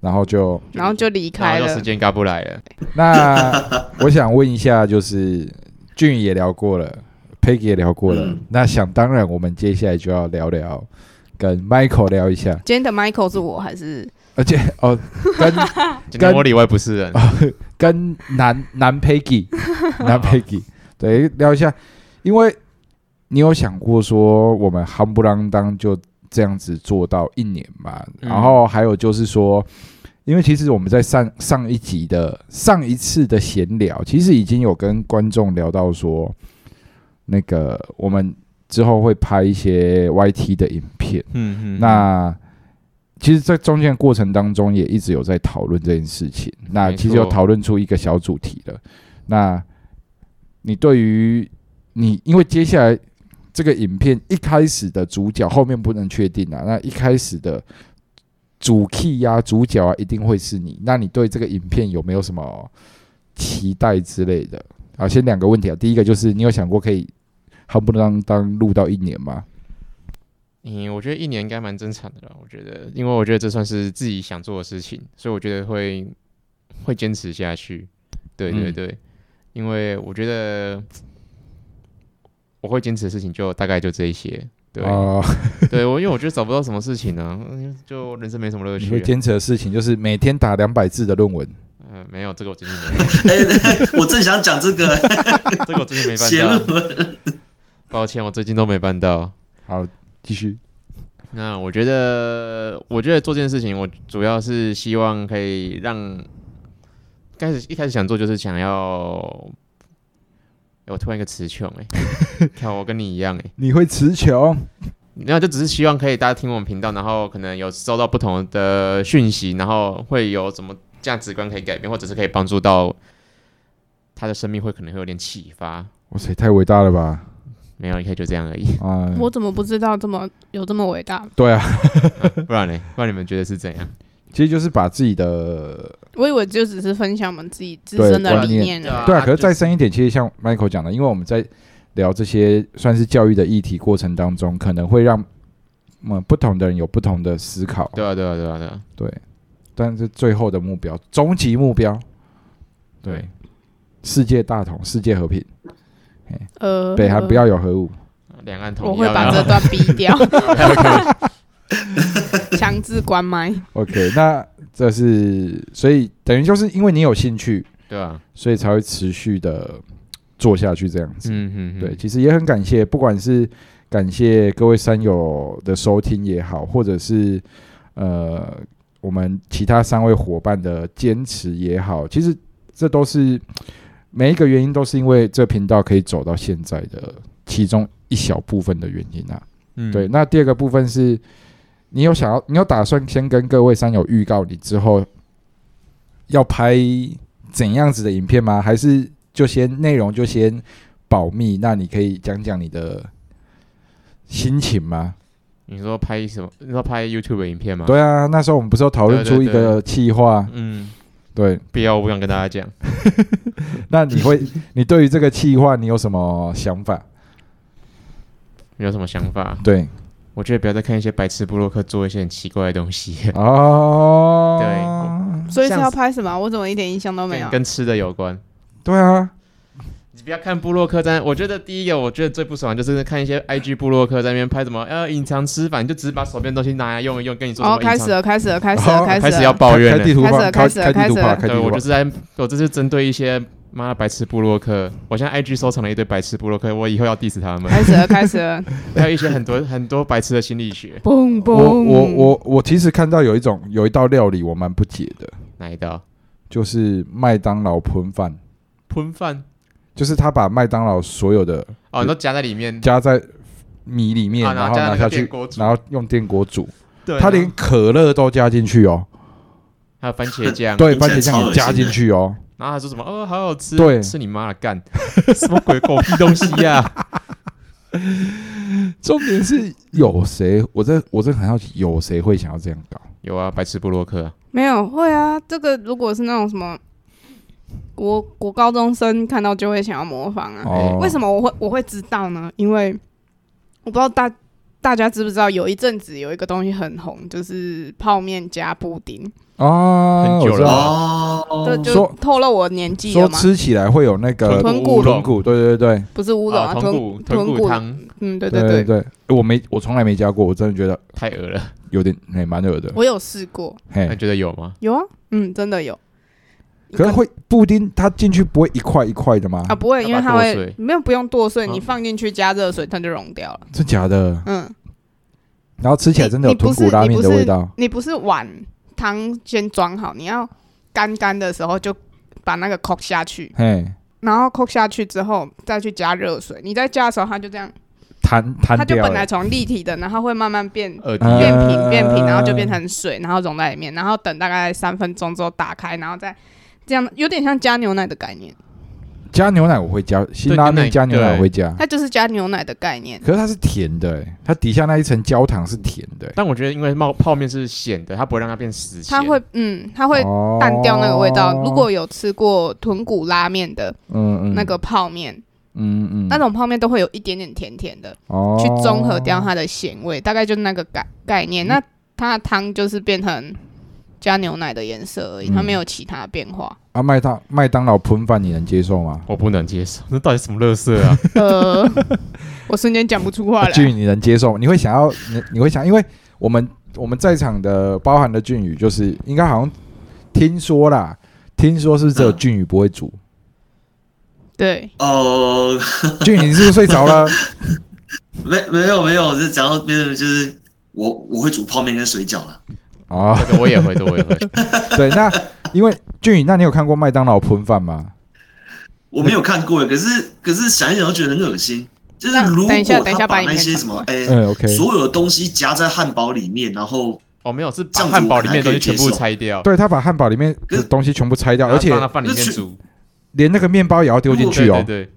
Speaker 1: 然后就
Speaker 2: 然后就离
Speaker 4: 然
Speaker 2: 开
Speaker 4: 后就时
Speaker 2: 了，
Speaker 4: 间赶不来了。
Speaker 1: 那我想问一下，就是俊也聊过了，Peggy 也聊过了，
Speaker 3: 嗯
Speaker 1: 那想当然，我们接下来就要聊聊跟 Michael 聊一下，
Speaker 2: 今天的 Michael 是我还是
Speaker 1: 而且哦，跟
Speaker 4: 今天我里外不是人，
Speaker 1: 啊跟男 男 Peggy 男 Peggy 对聊一下，因为你有想过说我们夯不啷当就这样子做到一年嘛？
Speaker 4: 嗯
Speaker 1: 然后还有就是说，因为其实我们在上上一集的上一次的闲聊，其实已经有跟观众聊到说，那个我们之后会拍一些 YT 的影片。
Speaker 4: 嗯嗯，
Speaker 1: 那其实，在中间的过程当中，也一直有在讨论这件事情。那
Speaker 4: 没
Speaker 1: 其实有
Speaker 4: 错
Speaker 1: 讨论出一个小主题了。那你对于你，因为接下来这个影片一开始的主角后面不能确定啊，那一开始的主 key 呀、主角啊，一定会是你。那你对这个影片有没有什么期待之类的？啊，先两个问题啊。第一个就是，你有想过可以夯不啷当录到一年吗？
Speaker 4: 嗯，我觉得一年应该蛮正常的啦。我觉得，因为我觉得这算是自己想做的事情，所以我觉得会会坚持下去。对对
Speaker 1: 嗯
Speaker 4: 对，因为我觉得我会坚持的事情就大概就这一些。对、
Speaker 1: 哦，
Speaker 4: 对，我因为我觉得找不到什么事情呢、啊，嗯就人生没什么乐
Speaker 1: 你
Speaker 4: 趣
Speaker 1: 会
Speaker 4: 啊、
Speaker 1: 坚持的事情就是每天打两百字的论文，
Speaker 4: 嗯、没有这个我最近没有，
Speaker 3: 哎、我正想讲这个
Speaker 4: 这个我最近没
Speaker 3: 写
Speaker 4: 办
Speaker 3: 论
Speaker 4: 到，
Speaker 3: 文，
Speaker 4: 抱歉，我最近都没办到。
Speaker 1: 好，继续。
Speaker 4: 那我觉得，我觉得做这件事情，我主要是希望可以让开始一开始想做，就是想要。哎我突然一个词穷哎， 看我跟你一样哎、
Speaker 1: 你会词穷，
Speaker 4: 那就只是希望可以大家听我们频道，然后可能有收到不同的讯息，然后会有什么价值观可以改变，或者是可以帮助到他的生命，会可能会有点启发。
Speaker 1: 哇塞，太伟大了吧！，
Speaker 4: 没有，一开始就这样而已
Speaker 1: 啊、
Speaker 2: 我怎么不知道这么有这么伟大？
Speaker 1: 对啊，
Speaker 4: 不然呢？不然你们觉得是怎样？
Speaker 1: 其实就是把自己的
Speaker 2: 我以为就只是分享我们自己自
Speaker 1: 对
Speaker 2: 身的
Speaker 1: 观
Speaker 2: 理
Speaker 1: 念
Speaker 2: 念
Speaker 4: 对啊
Speaker 2: 而已
Speaker 1: 对啊，
Speaker 4: 就
Speaker 1: 可是再深一点，其实像 Michael 讲的，因为我们在聊这些算是教育的议题过程当中，可能会让嗯不同的人有不同的思考，
Speaker 4: 对啊，对啊，对啊，对啊，
Speaker 1: 对但是最后的目标，终极目标，对
Speaker 4: 对，啊
Speaker 1: 世界大同，世界和平，
Speaker 2: 呃，
Speaker 1: 北韩不要有核武，
Speaker 4: 两岸统一。
Speaker 2: 我会
Speaker 4: 要不
Speaker 2: 把
Speaker 4: 要
Speaker 2: 这段逼掉， 强制关麦。
Speaker 1: OK，那这是所以等于就是因为你有兴趣，
Speaker 4: 对啊，
Speaker 1: 所以才会持续的做下去这样子。
Speaker 4: 嗯嗯，嗯
Speaker 1: 对，，其实也很感谢，不管是感谢各位山友的收听也好，或者是呃我们其他三位伙伴的坚持也好，其实这都是每一个原因都是因为这频道可以走到现在的其中一小部分的原因啊。
Speaker 4: 嗯
Speaker 1: 对，，那第二个部分是，你有想要，你有打算先跟各位山友预告你之后要拍怎样子的影片吗？还是就先内容就先保密？那你可以讲讲你的心情吗？
Speaker 4: 你说拍什么？你说拍 YouTube 的影片吗？，
Speaker 1: 对啊，那时候我们不是有讨论
Speaker 4: 对
Speaker 1: 出
Speaker 4: 对
Speaker 1: 一个计划？
Speaker 4: 嗯，
Speaker 1: 对，
Speaker 4: 不要，我不想跟大家讲。
Speaker 1: 那你会，你对于这个计划你有什么想法？
Speaker 4: 你有什么想法？
Speaker 1: 对，
Speaker 4: 我觉得不要再看一些白痴布洛克做一些很奇怪的东西，
Speaker 1: 哦，
Speaker 4: 对我
Speaker 2: 所以是
Speaker 4: 像
Speaker 2: 要
Speaker 4: 是
Speaker 2: 拍什么？我怎么一点印象都没有
Speaker 4: 跟？跟吃的有关。
Speaker 1: 对啊，
Speaker 4: 你不要看布洛克在，我觉得第一个我觉得最不爽的就是看一些 IG 布洛克在那边拍什么呃隐藏吃法，你就只是把手边的东西拿来用一用，跟你说什
Speaker 2: 哦，
Speaker 4: 么
Speaker 2: 开
Speaker 4: 隐
Speaker 2: 始
Speaker 4: 藏。
Speaker 2: 了，开始了，开始
Speaker 1: 哦
Speaker 2: 了，
Speaker 4: 开
Speaker 2: 始
Speaker 4: 始要
Speaker 2: 了。
Speaker 4: 抱怨
Speaker 1: 开开地
Speaker 4: 了。
Speaker 1: 图
Speaker 2: 开始
Speaker 1: 吧，
Speaker 2: 了
Speaker 1: 开
Speaker 2: 开始了
Speaker 1: 开地图
Speaker 2: 开始
Speaker 1: 吧，
Speaker 2: 了
Speaker 1: 开地
Speaker 4: 对，
Speaker 1: 图
Speaker 4: 我
Speaker 1: 吧
Speaker 4: 就是在，我这是针对一些妈的白痴布洛克。我现在 IG 收藏了一堆白痴布洛克，我以后要 diss 他 们。
Speaker 2: 开始了，开始了，
Speaker 4: 还有一些很多很多白痴的心理学，
Speaker 2: 嘣嘣！
Speaker 1: 我我我我其实看到有一种有一道料理我蛮不解的，
Speaker 4: 哪一道？
Speaker 1: 就是麦当劳喷饭，
Speaker 4: 喷饭
Speaker 1: 就是他把麦当劳所有的
Speaker 4: 哦，你都夹在里面。
Speaker 1: 加在米里面，
Speaker 4: 啊
Speaker 1: 然
Speaker 4: 然
Speaker 1: 后
Speaker 4: 后加
Speaker 1: 拿
Speaker 4: 那个
Speaker 1: 下去
Speaker 4: 电锅，煮
Speaker 1: 然后用电锅煮，
Speaker 4: 对，
Speaker 1: 他
Speaker 4: 然
Speaker 1: 连
Speaker 4: 后
Speaker 1: 可乐都加进去哦，
Speaker 4: 还有番茄酱，
Speaker 1: 对，
Speaker 3: 听起
Speaker 1: 番
Speaker 3: 来
Speaker 1: 茄酱
Speaker 3: 超
Speaker 1: 也
Speaker 3: 恶心
Speaker 1: 加进
Speaker 3: 的
Speaker 1: 去哦，
Speaker 4: 然后还说什么哦，好好吃，
Speaker 1: 对
Speaker 4: 吃你妈的干， 什么鬼狗屁东西呀？
Speaker 1: 重点是有谁，我这我真的很好奇，有谁会想要这样搞？
Speaker 4: 有啊，白痴布洛克啊，
Speaker 2: 没有会啊，这个如果是那种什么国国高中生看到就会想要模仿
Speaker 4: 哎
Speaker 2: 啊。
Speaker 1: 哦，
Speaker 2: 为什么我会我会知道呢？因为我不知道大大家知不知道，有一阵子有一个东西很红，就是泡面加布丁，
Speaker 1: 么啊？
Speaker 4: 很久
Speaker 1: 我知
Speaker 4: 了
Speaker 1: 道，
Speaker 2: 这
Speaker 3: 哦，
Speaker 2: 就
Speaker 1: 说
Speaker 2: 透露我年纪
Speaker 1: 说
Speaker 2: 了吗？
Speaker 1: 吃起来会有那个
Speaker 2: 豚骨
Speaker 1: 豚骨，对对对
Speaker 2: 不是乌龙
Speaker 4: 啊
Speaker 2: 啊，
Speaker 4: 豚
Speaker 2: 豚
Speaker 4: 骨豚骨
Speaker 2: 骨
Speaker 4: 汤
Speaker 2: 嗯，对
Speaker 1: 对
Speaker 2: 对，
Speaker 1: 对，我没我从来没加过，我真的觉得
Speaker 4: 太恶了，
Speaker 1: 有点嘿蛮恶的，
Speaker 2: 我有试过，
Speaker 1: 嘿
Speaker 4: 你，觉得有吗？
Speaker 2: 有啊，嗯，真的有。
Speaker 1: 可是会布丁，它进去不会一块一块的吗？
Speaker 2: 啊，不会，
Speaker 4: 哦要
Speaker 2: 因为
Speaker 4: 把它
Speaker 2: 它
Speaker 4: 剁
Speaker 2: 会
Speaker 4: 碎
Speaker 2: 没有不用剁碎，
Speaker 4: 啊
Speaker 2: 你放进去加热水，它就溶掉了。
Speaker 1: 真假的？
Speaker 2: 嗯，
Speaker 1: 然后吃起来真的有
Speaker 2: 你你不
Speaker 1: 豚
Speaker 2: 是
Speaker 1: 骨拉面的味道。
Speaker 2: 你不是碗汤先装好，你要干干的时候就把那个扣下去，
Speaker 1: 嘿，
Speaker 2: 然后扣下去之后再去加热水。你在加的时候，它就这样，
Speaker 1: 弹
Speaker 2: 它
Speaker 1: 弹
Speaker 2: 就
Speaker 1: 掉欸
Speaker 2: 本来
Speaker 1: 了。
Speaker 2: 从立体的，然后会慢慢变
Speaker 4: 二 D
Speaker 1: 嗯
Speaker 2: 变
Speaker 1: 呃
Speaker 2: 平变平，然后就变
Speaker 4: 啊
Speaker 2: 成水，然后溶在里面，然后等大概三分钟之后打开，然后再这样，有点像加牛奶的概念，
Speaker 1: 加牛奶我会加，辛拉面加牛奶我会加，
Speaker 2: 它就是加牛奶的概念。
Speaker 1: 可是它是甜的、欸，它底下那一层焦糖是甜的、欸，
Speaker 4: 但我觉得，因为冒泡面是咸的，它不会让它变死咸。
Speaker 2: 它会，嗯，它会
Speaker 1: 哦
Speaker 2: 淡掉那个味道。如果有吃过豚骨拉面的
Speaker 1: 嗯嗯
Speaker 2: 那个泡面，
Speaker 1: 嗯嗯
Speaker 2: 那种泡面都会有一点点甜甜的，
Speaker 1: 哦
Speaker 2: 去综
Speaker 1: 嗯
Speaker 2: 合掉它的咸味，大概就是那个概概念。那它的汤就是变成加牛奶的颜色而
Speaker 1: 嗯
Speaker 2: 已，它没有其他变化。
Speaker 1: 啊，麦当麦当劳喷饭你能接受吗？
Speaker 4: 我不能接受，那到底什么乐 色啊？
Speaker 2: 呃，我瞬间讲不出话来。
Speaker 1: 俊宇你能接受吗？你会想要你你会想，因为我们我们在场的包含的俊宇，就是应该好像听说啦，听说是不是只有
Speaker 3: 嗯
Speaker 1: 俊宇不会煮？
Speaker 2: 对，
Speaker 3: 哦，
Speaker 1: 俊宇你是不是睡着了？
Speaker 3: 没没有没有，这讲到别人就是我我会煮泡面跟水饺了。
Speaker 1: 哦，
Speaker 4: 这个我也会，这个我也会。
Speaker 1: 对，那因为俊宇，那你有看过麦当劳喷饭吗？
Speaker 3: 我没有看过耶，可是可是想一想都觉得很恶心。就是
Speaker 2: 那
Speaker 3: 如
Speaker 2: 等
Speaker 3: 果
Speaker 2: 一下等一下
Speaker 3: 他把
Speaker 2: 把
Speaker 3: 那
Speaker 2: 影片
Speaker 3: 些
Speaker 2: 传
Speaker 3: 什么哎、
Speaker 1: 嗯，OK，
Speaker 3: 所有的东西夹在汉堡里面，然后
Speaker 4: 哦，没有，是把
Speaker 3: 酱
Speaker 4: 汉
Speaker 3: 煮
Speaker 4: 堡
Speaker 3: 我
Speaker 4: 里
Speaker 3: 还
Speaker 4: 面的东
Speaker 3: 可
Speaker 4: 西
Speaker 3: 以
Speaker 4: 全
Speaker 3: 接
Speaker 4: 部
Speaker 3: 受
Speaker 4: 拆掉，
Speaker 1: 对他把汉堡里面
Speaker 3: 可
Speaker 1: 的
Speaker 3: 是
Speaker 1: 东西全部拆掉，
Speaker 4: 然后
Speaker 1: 而且
Speaker 4: 啊放到饭里
Speaker 3: 那
Speaker 4: 面
Speaker 3: 去
Speaker 4: 煮，
Speaker 1: 连那个面包也要丢进
Speaker 4: 对
Speaker 1: 去
Speaker 4: 对
Speaker 1: 哦。
Speaker 4: 对，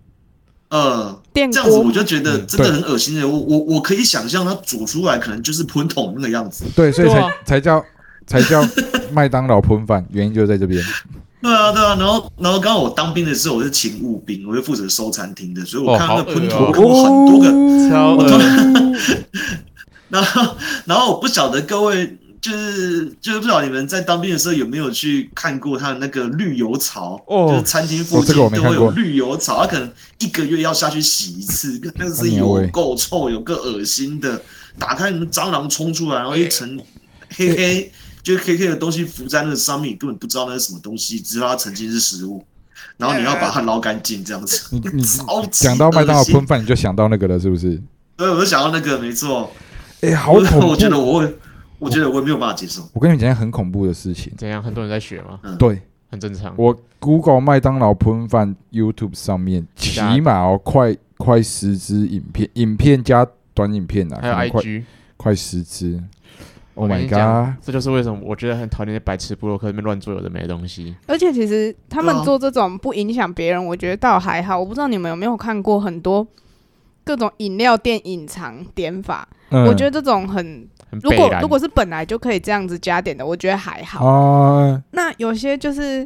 Speaker 3: 呃，
Speaker 2: 电
Speaker 3: 这样子
Speaker 2: 锅
Speaker 3: 我就觉得
Speaker 4: 嗯
Speaker 3: 真的很恶心的。我我我可以想象它煮出来可能就是喷桶那个样子。
Speaker 1: 对，所以
Speaker 4: 对
Speaker 1: 才
Speaker 4: 啊
Speaker 1: 才叫才叫麦当劳喷饭，原因就在这边。
Speaker 3: 对啊对啊，然后然后刚好我当兵的时候我是勤务兵，我就负责收餐厅的，所以我
Speaker 4: 哦
Speaker 3: 看到那
Speaker 4: 好恶
Speaker 3: 喷
Speaker 4: 哦
Speaker 3: 桶，我看过很多个。
Speaker 1: 哦
Speaker 4: 超恶。
Speaker 3: 然后，然后我不晓得各位就是就是不晓得你们在当兵的时候有没有去看过他的那个绿油槽，
Speaker 4: 哦
Speaker 3: 就是餐厅附
Speaker 1: 哦这
Speaker 3: 近
Speaker 1: 个我
Speaker 3: 都
Speaker 1: 没
Speaker 3: 会
Speaker 1: 看过
Speaker 3: 有绿油槽，他可能一个月要下去洗一次，那
Speaker 1: 啊
Speaker 3: 是有够臭，有个恶心的，打开门蟑螂冲出来，然后一
Speaker 1: 哎
Speaker 3: 层黑黑。就是黑黑的东西浮在那个上面，你根本不知道那是什么东西，只知道它曾经是食物，然后你要把它捞干净，这样子。
Speaker 1: 你你
Speaker 3: 超级
Speaker 1: 讲到麦当劳
Speaker 3: 恶心
Speaker 1: 喷饭，你就想到那个了，是不是？
Speaker 3: 对，我就想到那个，没错。
Speaker 1: 哎，好
Speaker 3: 我
Speaker 1: 恐怖
Speaker 3: 我！觉得我会，我觉得我也没有办法接受。
Speaker 1: 我跟你们讲一件很恐怖的事情。
Speaker 4: 怎样？很多人在学嘛，
Speaker 1: 对
Speaker 4: 很正常。
Speaker 1: 我 Google 麦当劳喷饭 YouTube 上面，起
Speaker 4: 加
Speaker 1: 码哦快快十支影片，影片加短影片啊，
Speaker 4: 还有
Speaker 1: 可能快
Speaker 4: IG。
Speaker 1: 快十支。Oh
Speaker 4: 我跟
Speaker 1: my
Speaker 4: 你讲
Speaker 1: god！
Speaker 4: 这就是为什么我觉得很讨厌那些白痴布洛克那边乱做有的没的东西。
Speaker 2: 而且其实他
Speaker 3: 对
Speaker 2: 们
Speaker 3: 啊
Speaker 2: 做这种不影响别人，我觉得倒还好。我不知道你们有没有看过很多各种饮料店隐藏点法，我觉
Speaker 1: 得
Speaker 2: 得这种很，
Speaker 4: 很
Speaker 2: 如
Speaker 4: 北
Speaker 2: 果
Speaker 4: 蓝
Speaker 2: 如果是本来就可以这样子加点的，我觉得还好。
Speaker 1: 啊，
Speaker 2: 那有些就是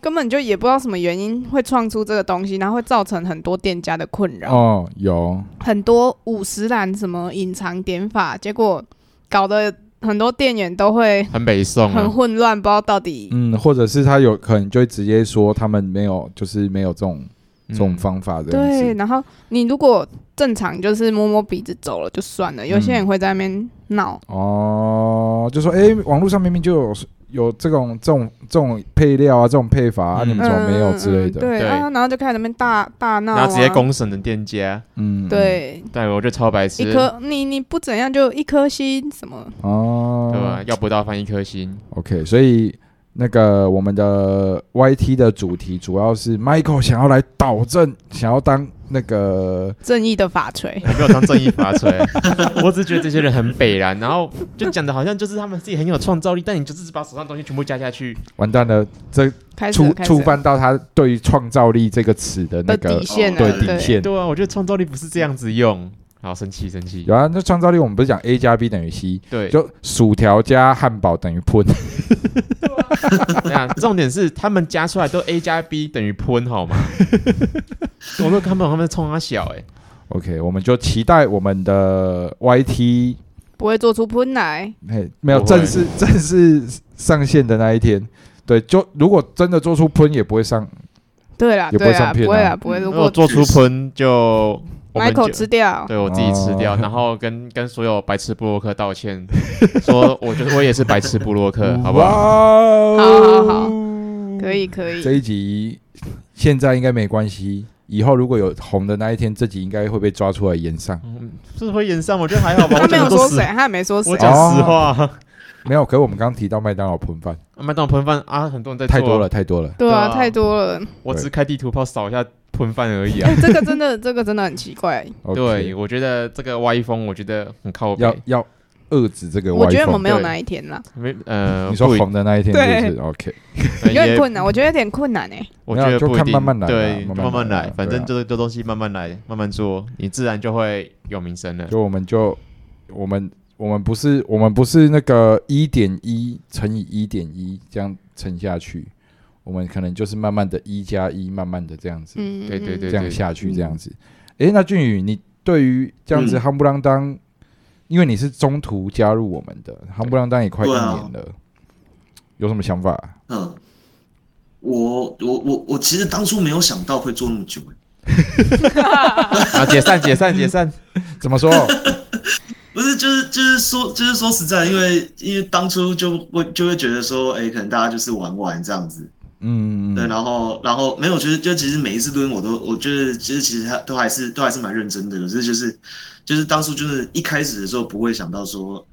Speaker 2: 根本就也不知道什么原因会创出这个东西，然后会造成很多店家的困扰，
Speaker 1: 哦，有
Speaker 2: 很多五十岚什么隐藏点法，结果搞得很多店员都会
Speaker 4: 很北宋
Speaker 2: 很
Speaker 4: 啊，
Speaker 2: 混乱，不知道到底
Speaker 1: 嗯，或者是他有可能就会直接说他们没有，就是没有这种
Speaker 4: 嗯
Speaker 1: 这种方法这样
Speaker 2: 对，
Speaker 1: 子。
Speaker 2: 然后你如果正常就是摸摸鼻子走了就算
Speaker 1: 嗯
Speaker 2: 了，有些人会在那边闹，
Speaker 1: 哦，就说哎，网络上明明就有有这种这种这种配料啊，这种配法啊，
Speaker 4: 嗯
Speaker 1: 你们怎么没有
Speaker 2: 嗯
Speaker 1: 之类
Speaker 2: 嗯
Speaker 1: 的？
Speaker 2: 对
Speaker 4: 对
Speaker 2: 啊，然后就开始在那边大大闹、啊，
Speaker 4: 然后直接公审的店家，
Speaker 1: 嗯，，
Speaker 2: 对
Speaker 4: 对我觉得超白
Speaker 2: 一
Speaker 4: 痴，对
Speaker 2: 颗你你不怎样就一颗心什么，
Speaker 1: 哦，
Speaker 4: 吧？要不到翻一颗星，
Speaker 1: OK，所以那个我们的 YT 的主题主要是 Michael 想要来导正，想要当那个
Speaker 2: 正义的法锤，
Speaker 4: 还没有当正义法 锤。我只是觉得这些人很北蓝，然后就讲的好像就是他们自己很有创造力，但你就只是把手上的东西全部加下去，
Speaker 1: 完蛋了，这
Speaker 2: 开始
Speaker 1: 触
Speaker 2: 了开始
Speaker 1: 触
Speaker 2: 了
Speaker 1: 犯到他对于创造力这个词的那
Speaker 2: 的
Speaker 1: 个
Speaker 2: 底线啊，
Speaker 1: 对
Speaker 3: 了
Speaker 1: 底线。
Speaker 4: 对啊，我觉得创造力不是这样子用，好生气生气
Speaker 1: 有，啊，那创造力我们不是讲 A 加 B 等于 C，
Speaker 4: 对，
Speaker 1: 就薯条加汉堡等于喷，
Speaker 4: 这 样重点是他们加出来都 A 加 B 等于喷，好吗？ 我都看不懂他们在冲他小哎、
Speaker 1: OK，我们就期待我们的 YT
Speaker 2: 不会做出喷来，
Speaker 1: 嘿，没有
Speaker 4: 不会
Speaker 1: 正式正式上线的那一天。对，就如果真的做出喷，也不会上。
Speaker 2: 对啦
Speaker 1: 也不会
Speaker 2: 对啦，
Speaker 1: 上片啊
Speaker 2: 不会啦不会，如
Speaker 4: 如果
Speaker 2: 果
Speaker 4: 做出喷就我们
Speaker 2: Michael
Speaker 4: 就
Speaker 2: 吃掉，
Speaker 4: 对我自己吃掉，
Speaker 1: 哦
Speaker 4: 然后跟 跟所有白痴布洛克道 歉，说我觉得我也是白痴布洛克，好不好？
Speaker 1: 哇
Speaker 2: 好
Speaker 1: 哦
Speaker 2: 好好可以可以
Speaker 1: 这，一集现在应该没关系，以后如果有红的那一天，这集应该会被抓出来演上。
Speaker 4: 嗯是会演上，我觉得还好吧。
Speaker 2: 他
Speaker 4: 我
Speaker 2: 没
Speaker 4: 讲
Speaker 2: 有
Speaker 4: 的都
Speaker 2: 说
Speaker 4: 实
Speaker 2: 谁，，他也没说谁
Speaker 4: 我，
Speaker 1: 讲
Speaker 4: 讲
Speaker 1: 实
Speaker 4: 实话。
Speaker 1: 没有，可是我们刚刚提到麦当劳喷饭
Speaker 4: 麦当劳喷饭啊，很多人在做
Speaker 1: 太多，了，太多了。
Speaker 2: 对啊，
Speaker 4: 对啊
Speaker 2: 太多了，
Speaker 4: 我只是开地图炮扫一下喷饭而已啊
Speaker 2: 哎。，这个真的这个真的很奇怪，
Speaker 4: 对，
Speaker 1: OK，
Speaker 4: 我觉得这个歪风，我觉得很靠北
Speaker 1: 要。要遏制这个歪风。
Speaker 2: 我觉得我没有
Speaker 4: 对
Speaker 2: 那一天啦。
Speaker 4: 没呃，
Speaker 1: 你说
Speaker 4: 不一
Speaker 1: 红的那一天是不是 OK？
Speaker 4: 呃
Speaker 2: 有点
Speaker 4: 也
Speaker 2: 困难，我觉得有点困难哎、
Speaker 4: 我
Speaker 1: 没
Speaker 4: 觉
Speaker 1: 有
Speaker 4: 得
Speaker 1: 就
Speaker 4: 不一
Speaker 1: 看
Speaker 4: 定
Speaker 1: 慢慢来啦
Speaker 4: 对，
Speaker 1: 慢慢
Speaker 4: 慢慢
Speaker 1: 来啦
Speaker 4: 来，反
Speaker 1: 对啊
Speaker 4: 正这这东西慢慢来，慢慢做，你自然就会有名声了。
Speaker 1: 就我们就我们我们不是我们不是那个一点一乘以一点一这样乘下去，我们可能就是慢慢的一加一，慢慢的这样子，
Speaker 2: 嗯，
Speaker 4: 对对对
Speaker 1: 这样下去这样子。诶，那俊宇，你对于这样子
Speaker 3: 嗯
Speaker 1: 夯不啷当，因为你是中途加入我们的，夯不啷当也快一
Speaker 3: 对啊
Speaker 1: 年了，有什么想法、
Speaker 3: 嗯，我我我我其实当初没有想到会做那么久、欸
Speaker 4: 啊，解散解散解散，
Speaker 1: 怎 么说？
Speaker 3: 不是，就是就是说，就是说实在，因为因为当初就会就会觉得说，哎、可能大家就是玩玩这样子，
Speaker 1: 嗯，
Speaker 3: 对，然后然后没有，就是就其实每一次录音我都，我就是其实其实他都还是都还是蛮认真的，可是就是就是当初就是一开始的时候不会想到说，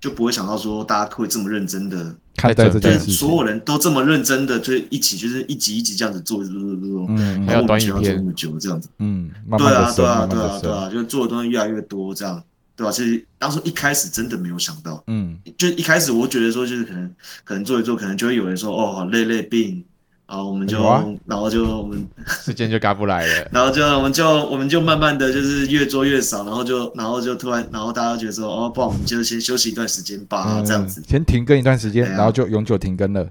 Speaker 3: 就不会想到说大家会这么认真的，
Speaker 1: 看待这
Speaker 3: 就
Speaker 1: 件
Speaker 3: 是
Speaker 1: 事
Speaker 3: 所
Speaker 1: 情，
Speaker 3: 有人都这么认真的，就是一起就是一集一集这样子做做做做，做
Speaker 1: 嗯
Speaker 3: 然
Speaker 4: 还有
Speaker 3: 后我
Speaker 4: 短
Speaker 3: 们
Speaker 4: 影
Speaker 3: 需要做
Speaker 4: 片
Speaker 3: 那么久这样子。
Speaker 1: 嗯，慢
Speaker 3: 对
Speaker 1: 慢
Speaker 3: 啊，
Speaker 1: 的
Speaker 3: 对
Speaker 1: 升，
Speaker 3: 啊，
Speaker 1: 慢慢
Speaker 3: 对啊，
Speaker 1: 的
Speaker 3: 对啊，
Speaker 1: 升，
Speaker 3: 就是做的东西越来越多，这样，对吧、其实当初一开始真的没有想到，
Speaker 1: 嗯
Speaker 3: 就一开始我觉得说，就是可能可能做一做，可能就会有人说，哦，好累累病啊，我们就，
Speaker 1: 有啊
Speaker 3: 然后就我们，
Speaker 4: 时间就嘎不来了。
Speaker 3: 然后就我们就我们就慢慢的就是越做越少，然后就然后就突然，然后大家觉得说，哦，不然我们就先休息一段时间吧，
Speaker 1: 嗯，
Speaker 3: 啊这样子。
Speaker 1: 先停更一段时间，
Speaker 3: 对啊
Speaker 1: 然后就永久停更了。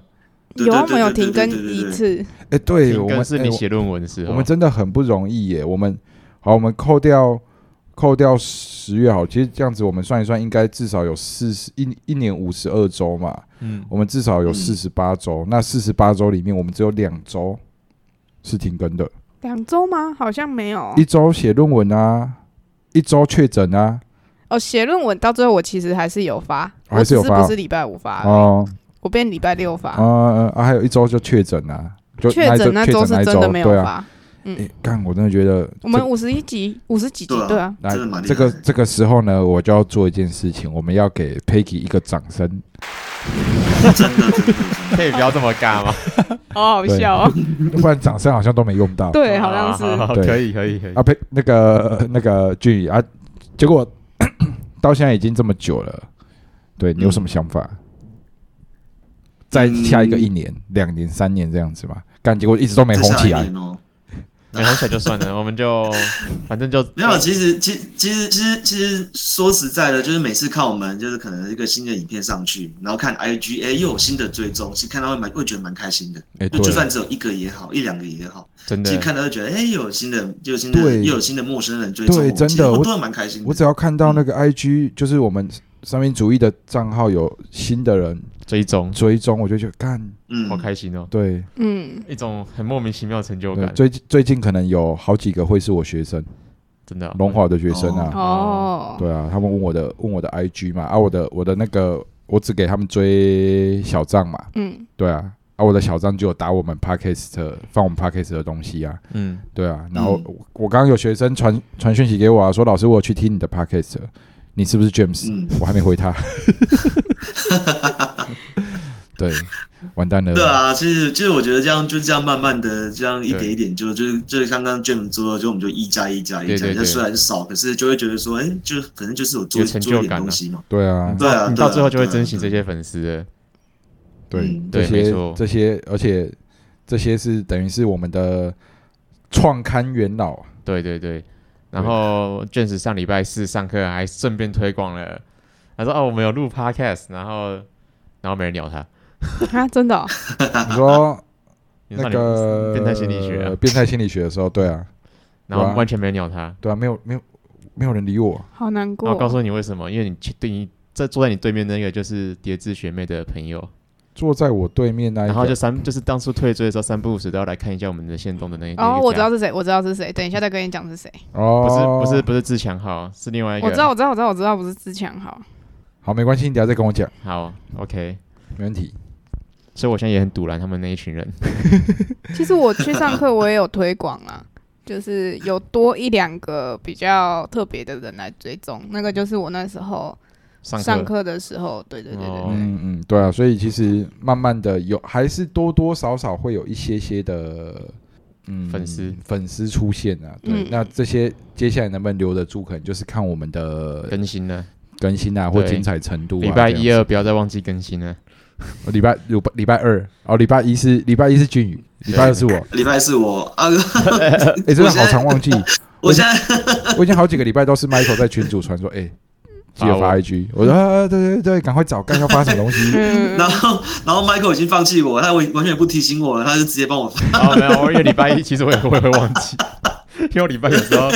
Speaker 3: 对
Speaker 2: 有啊，我
Speaker 3: 对
Speaker 2: 们有
Speaker 3: 对
Speaker 2: 停
Speaker 3: 对
Speaker 2: 更
Speaker 3: 对对对
Speaker 2: 一
Speaker 3: 对
Speaker 2: 次，
Speaker 1: 哎， 对
Speaker 4: 停
Speaker 1: 我
Speaker 4: 更
Speaker 1: 们，
Speaker 4: 是
Speaker 1: 哎
Speaker 4: 你
Speaker 1: 我
Speaker 4: 写论文的时候，
Speaker 1: 我们真的很不容易耶。我们好，我们扣掉扣掉十月好，其实这样子我们算一算，应该至少有四十一一年五十二周嘛。
Speaker 4: 嗯，
Speaker 1: 我们至少有
Speaker 3: 嗯
Speaker 1: 四十八周，那四十八周里面，我们只有两周是停更的，
Speaker 2: 两周吗？好像没有
Speaker 1: 一周写论文啊，一周确诊啊，
Speaker 2: 哦。写论文到最后，我其实还是有发，
Speaker 1: 哦还是有
Speaker 2: 我只
Speaker 1: 发哦
Speaker 2: 不是礼拜五
Speaker 4: 哎
Speaker 2: 发而已，
Speaker 1: 哦，
Speaker 2: 我变礼拜六发。
Speaker 1: 啊啊，还有一周就确诊啊，就
Speaker 2: 确
Speaker 1: 那一
Speaker 2: 诊那
Speaker 1: 确
Speaker 2: 周
Speaker 1: 诊
Speaker 2: 是
Speaker 1: 那一
Speaker 2: 真的没有
Speaker 1: 对啊。
Speaker 2: 发，
Speaker 1: 哎，干，我真的觉得
Speaker 2: 我们
Speaker 1: 这
Speaker 2: 五十一集、五十几集
Speaker 3: 对啊，
Speaker 2: 对啊，
Speaker 1: 来
Speaker 3: 真的蛮厉
Speaker 1: 这个
Speaker 3: 害的
Speaker 1: 这个时候呢，我就要做一件事情，我们要给 Peggy 一个掌声。
Speaker 3: 真的真的真的，
Speaker 4: 可以不要这么 尬吗？
Speaker 2: 好好笑 哦。
Speaker 1: 不然掌声好像都没用到。
Speaker 2: 对，好像
Speaker 4: 好
Speaker 2: 是。
Speaker 4: 好
Speaker 1: 对
Speaker 4: 可以可以可以
Speaker 1: 啊，呸，那个那个俊宇啊，结果 到现在已经这么久了，对你有什么想法？在
Speaker 3: 嗯
Speaker 1: 下一个一年、两年、三年这样子嘛，干结果一直都没
Speaker 3: 这
Speaker 1: 红
Speaker 3: 下
Speaker 1: 起
Speaker 3: 一
Speaker 1: 来
Speaker 3: 年，哦。
Speaker 4: 没红起来就算了，我们就反正就
Speaker 3: 没有，其实，其其实，其实，其实说实在的，就是每次看我们就是可能一个新的影片上去，然后看 IG，哎、又有新的追踪，其实看到会蛮会觉得蛮开心的。
Speaker 1: 哎，
Speaker 3: 就就
Speaker 1: 对，
Speaker 3: 算只有一个也好，一两个也好，
Speaker 4: 真
Speaker 3: 其实
Speaker 4: 的
Speaker 3: 看到会觉得，哎、又有新的，又有新的，
Speaker 1: 对
Speaker 3: 又有新的陌生人追踪我，
Speaker 1: 对真的
Speaker 3: 其实
Speaker 1: 我
Speaker 3: 我都蛮开心的。
Speaker 1: 我只要看到那个
Speaker 3: 嗯
Speaker 1: IG，就是我们三民主义的账号有新的人
Speaker 4: 追踪，
Speaker 1: 追踪，我就觉得干，
Speaker 3: 嗯
Speaker 4: 好开心哦，
Speaker 1: 对
Speaker 2: 嗯，
Speaker 4: 一种很莫名其妙的成就
Speaker 1: 对，
Speaker 4: 感，
Speaker 1: 最近最近可能有好几个会是我学生，
Speaker 4: 真的哦
Speaker 1: 龙华的学生啊，
Speaker 2: 哦，
Speaker 1: 对啊，他们问我的问我的 IG 嘛，啊，我的我的那个我只给他们追小账嘛，
Speaker 2: 嗯，
Speaker 1: 对啊，啊，我的小账就有打我们 Podcast 放我们 Podcast 的东西啊，
Speaker 4: 嗯，
Speaker 1: 对啊，然后我我刚刚有学生传传讯息给我啊，说老师我有去听你的 Podcast，你是不是 James？、
Speaker 3: 嗯，
Speaker 1: 我还没回 他，对，完蛋了，
Speaker 3: 对啊，其实其实我觉得这样就这样慢慢的这样一点一点就就是就是刚刚 Jim 说的，就我们就一加一加一
Speaker 4: 对
Speaker 3: 加，
Speaker 4: 对
Speaker 3: 那
Speaker 4: 对
Speaker 3: 虽然少，可是就会觉得说，哎、就可能就是有做
Speaker 4: 有成就
Speaker 3: 做一点
Speaker 4: 感啊
Speaker 3: 东西嘛。
Speaker 1: 对啊
Speaker 4: 你，
Speaker 3: 对啊
Speaker 4: 到你
Speaker 3: 对
Speaker 4: 到
Speaker 3: 啊
Speaker 4: 最后就会
Speaker 3: 对啊
Speaker 4: 珍惜
Speaker 3: 对
Speaker 4: 这
Speaker 3: 啊
Speaker 4: 些粉丝的，
Speaker 1: 对
Speaker 3: 嗯，
Speaker 1: 这
Speaker 4: 对没
Speaker 1: 些
Speaker 4: 错
Speaker 1: 这些，而且这些是等于是我们的创刊元老啊，
Speaker 4: 对对对。然后卷子上礼拜四上课还顺便推广了，他说哦我们有录 podcast，然后然后没人鸟他，
Speaker 2: 啊，真的哦，
Speaker 1: 你说。
Speaker 4: 你
Speaker 1: 那
Speaker 4: 上礼
Speaker 1: 个
Speaker 4: 变态心理学啊
Speaker 1: 呃变态心理学的时候，对啊，
Speaker 4: 然后
Speaker 1: 对啊
Speaker 4: 完全没人鸟他，
Speaker 1: 对啊，没有没有没有人理我，
Speaker 2: 好难
Speaker 4: 然
Speaker 2: 过
Speaker 4: 后。告诉你为什么，因为你去对你在坐在你对面那个就是叠字学妹的朋友，
Speaker 1: 坐在我对面那一个，
Speaker 4: 然后就三就是当初退追的时候三不五时都要来看一下我们的线动的那
Speaker 2: 哦，我知道
Speaker 4: 不
Speaker 2: 是谁，我知道是谁，等一下再跟你讲是谁。
Speaker 1: 哦，
Speaker 4: 是不是不是自强号，是另外一个
Speaker 2: 我知道，我知道，我知道，我知道，不是自强好。
Speaker 1: 好，没关系，你等一下再跟我讲，
Speaker 4: 好 OK，
Speaker 1: 没问
Speaker 4: 哦
Speaker 1: 题。
Speaker 4: 所以我现在也很堵拦他们那一群人，
Speaker 2: 其实我去上课，我也有推广啊，就是有多一两个比较特别的人来追踪，那个就是我那时候
Speaker 4: 上
Speaker 2: 上
Speaker 4: 课
Speaker 2: 课的时候，对对对对
Speaker 4: 哦
Speaker 2: 对，
Speaker 1: 嗯嗯，对啊，所以其实慢慢的有，还是多多少少会有一些些的。嗯，
Speaker 4: 粉丝
Speaker 1: 粉丝出现啊，对，
Speaker 2: 嗯
Speaker 1: 那这些接下来能不能留得住，可能就是看我们的
Speaker 4: 更新了，
Speaker 1: 更新啊，或
Speaker 4: 对
Speaker 1: 精彩程度啊。
Speaker 4: 礼拜一
Speaker 1: 这样
Speaker 4: 二不要再忘记更新 了，
Speaker 1: 子，礼拜礼拜礼拜二，哦，礼拜一是礼拜一是俊宇，礼拜二是我，
Speaker 3: 礼拜四我啊，
Speaker 1: 哎，真的好常忘记，
Speaker 3: 我现在
Speaker 1: 我已经好几个礼拜都是 Michael 在群组传说，哎、记得
Speaker 4: 发
Speaker 1: 发
Speaker 4: 我
Speaker 1: IG。我说、啊、对对对，赶快找，看要发什么东西。
Speaker 2: 嗯，
Speaker 3: 然后，然后 Michael 已经放 弃我，他完完全不提醒我了，他就直接帮我发。
Speaker 4: 哦没有，我一个礼拜一其实我也我也会忘记， 因为我礼拜有时候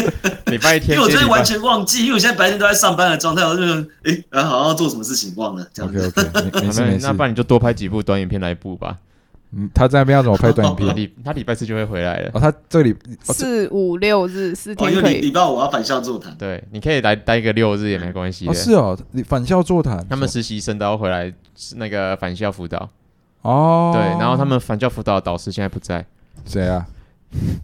Speaker 4: 礼拜
Speaker 3: 因
Speaker 4: 天
Speaker 3: 为我
Speaker 4: 接
Speaker 3: 真的
Speaker 4: 礼
Speaker 3: 完
Speaker 4: 拜，
Speaker 3: 全忘记，因为我现在白天都在上班的状态，我就觉得，哎，好像要做什么事情忘了这样
Speaker 1: OK
Speaker 3: 子。
Speaker 1: OK，没没 事没
Speaker 4: 那那
Speaker 1: 事
Speaker 4: 不。然你就多拍几部短影片来一部吧。
Speaker 1: 嗯，他在那边要怎么拍短影
Speaker 4: 他
Speaker 1: 片？
Speaker 4: 礼他礼拜四就会回来了。
Speaker 1: 哦，他这里哦这
Speaker 2: 四五六日四
Speaker 3: 哦，
Speaker 2: 天
Speaker 3: 因
Speaker 2: 可
Speaker 3: 为礼
Speaker 2: 以
Speaker 3: 礼拜五我要返校座谈，
Speaker 4: 对，你可以来待个六日也没关系的。
Speaker 1: 哦是哦，你返校座谈，
Speaker 4: 他们实习生都要回来是那个返校辅导，
Speaker 1: 哦，
Speaker 4: 对，然后他们返校辅导的导师现在不在，
Speaker 1: 谁啊？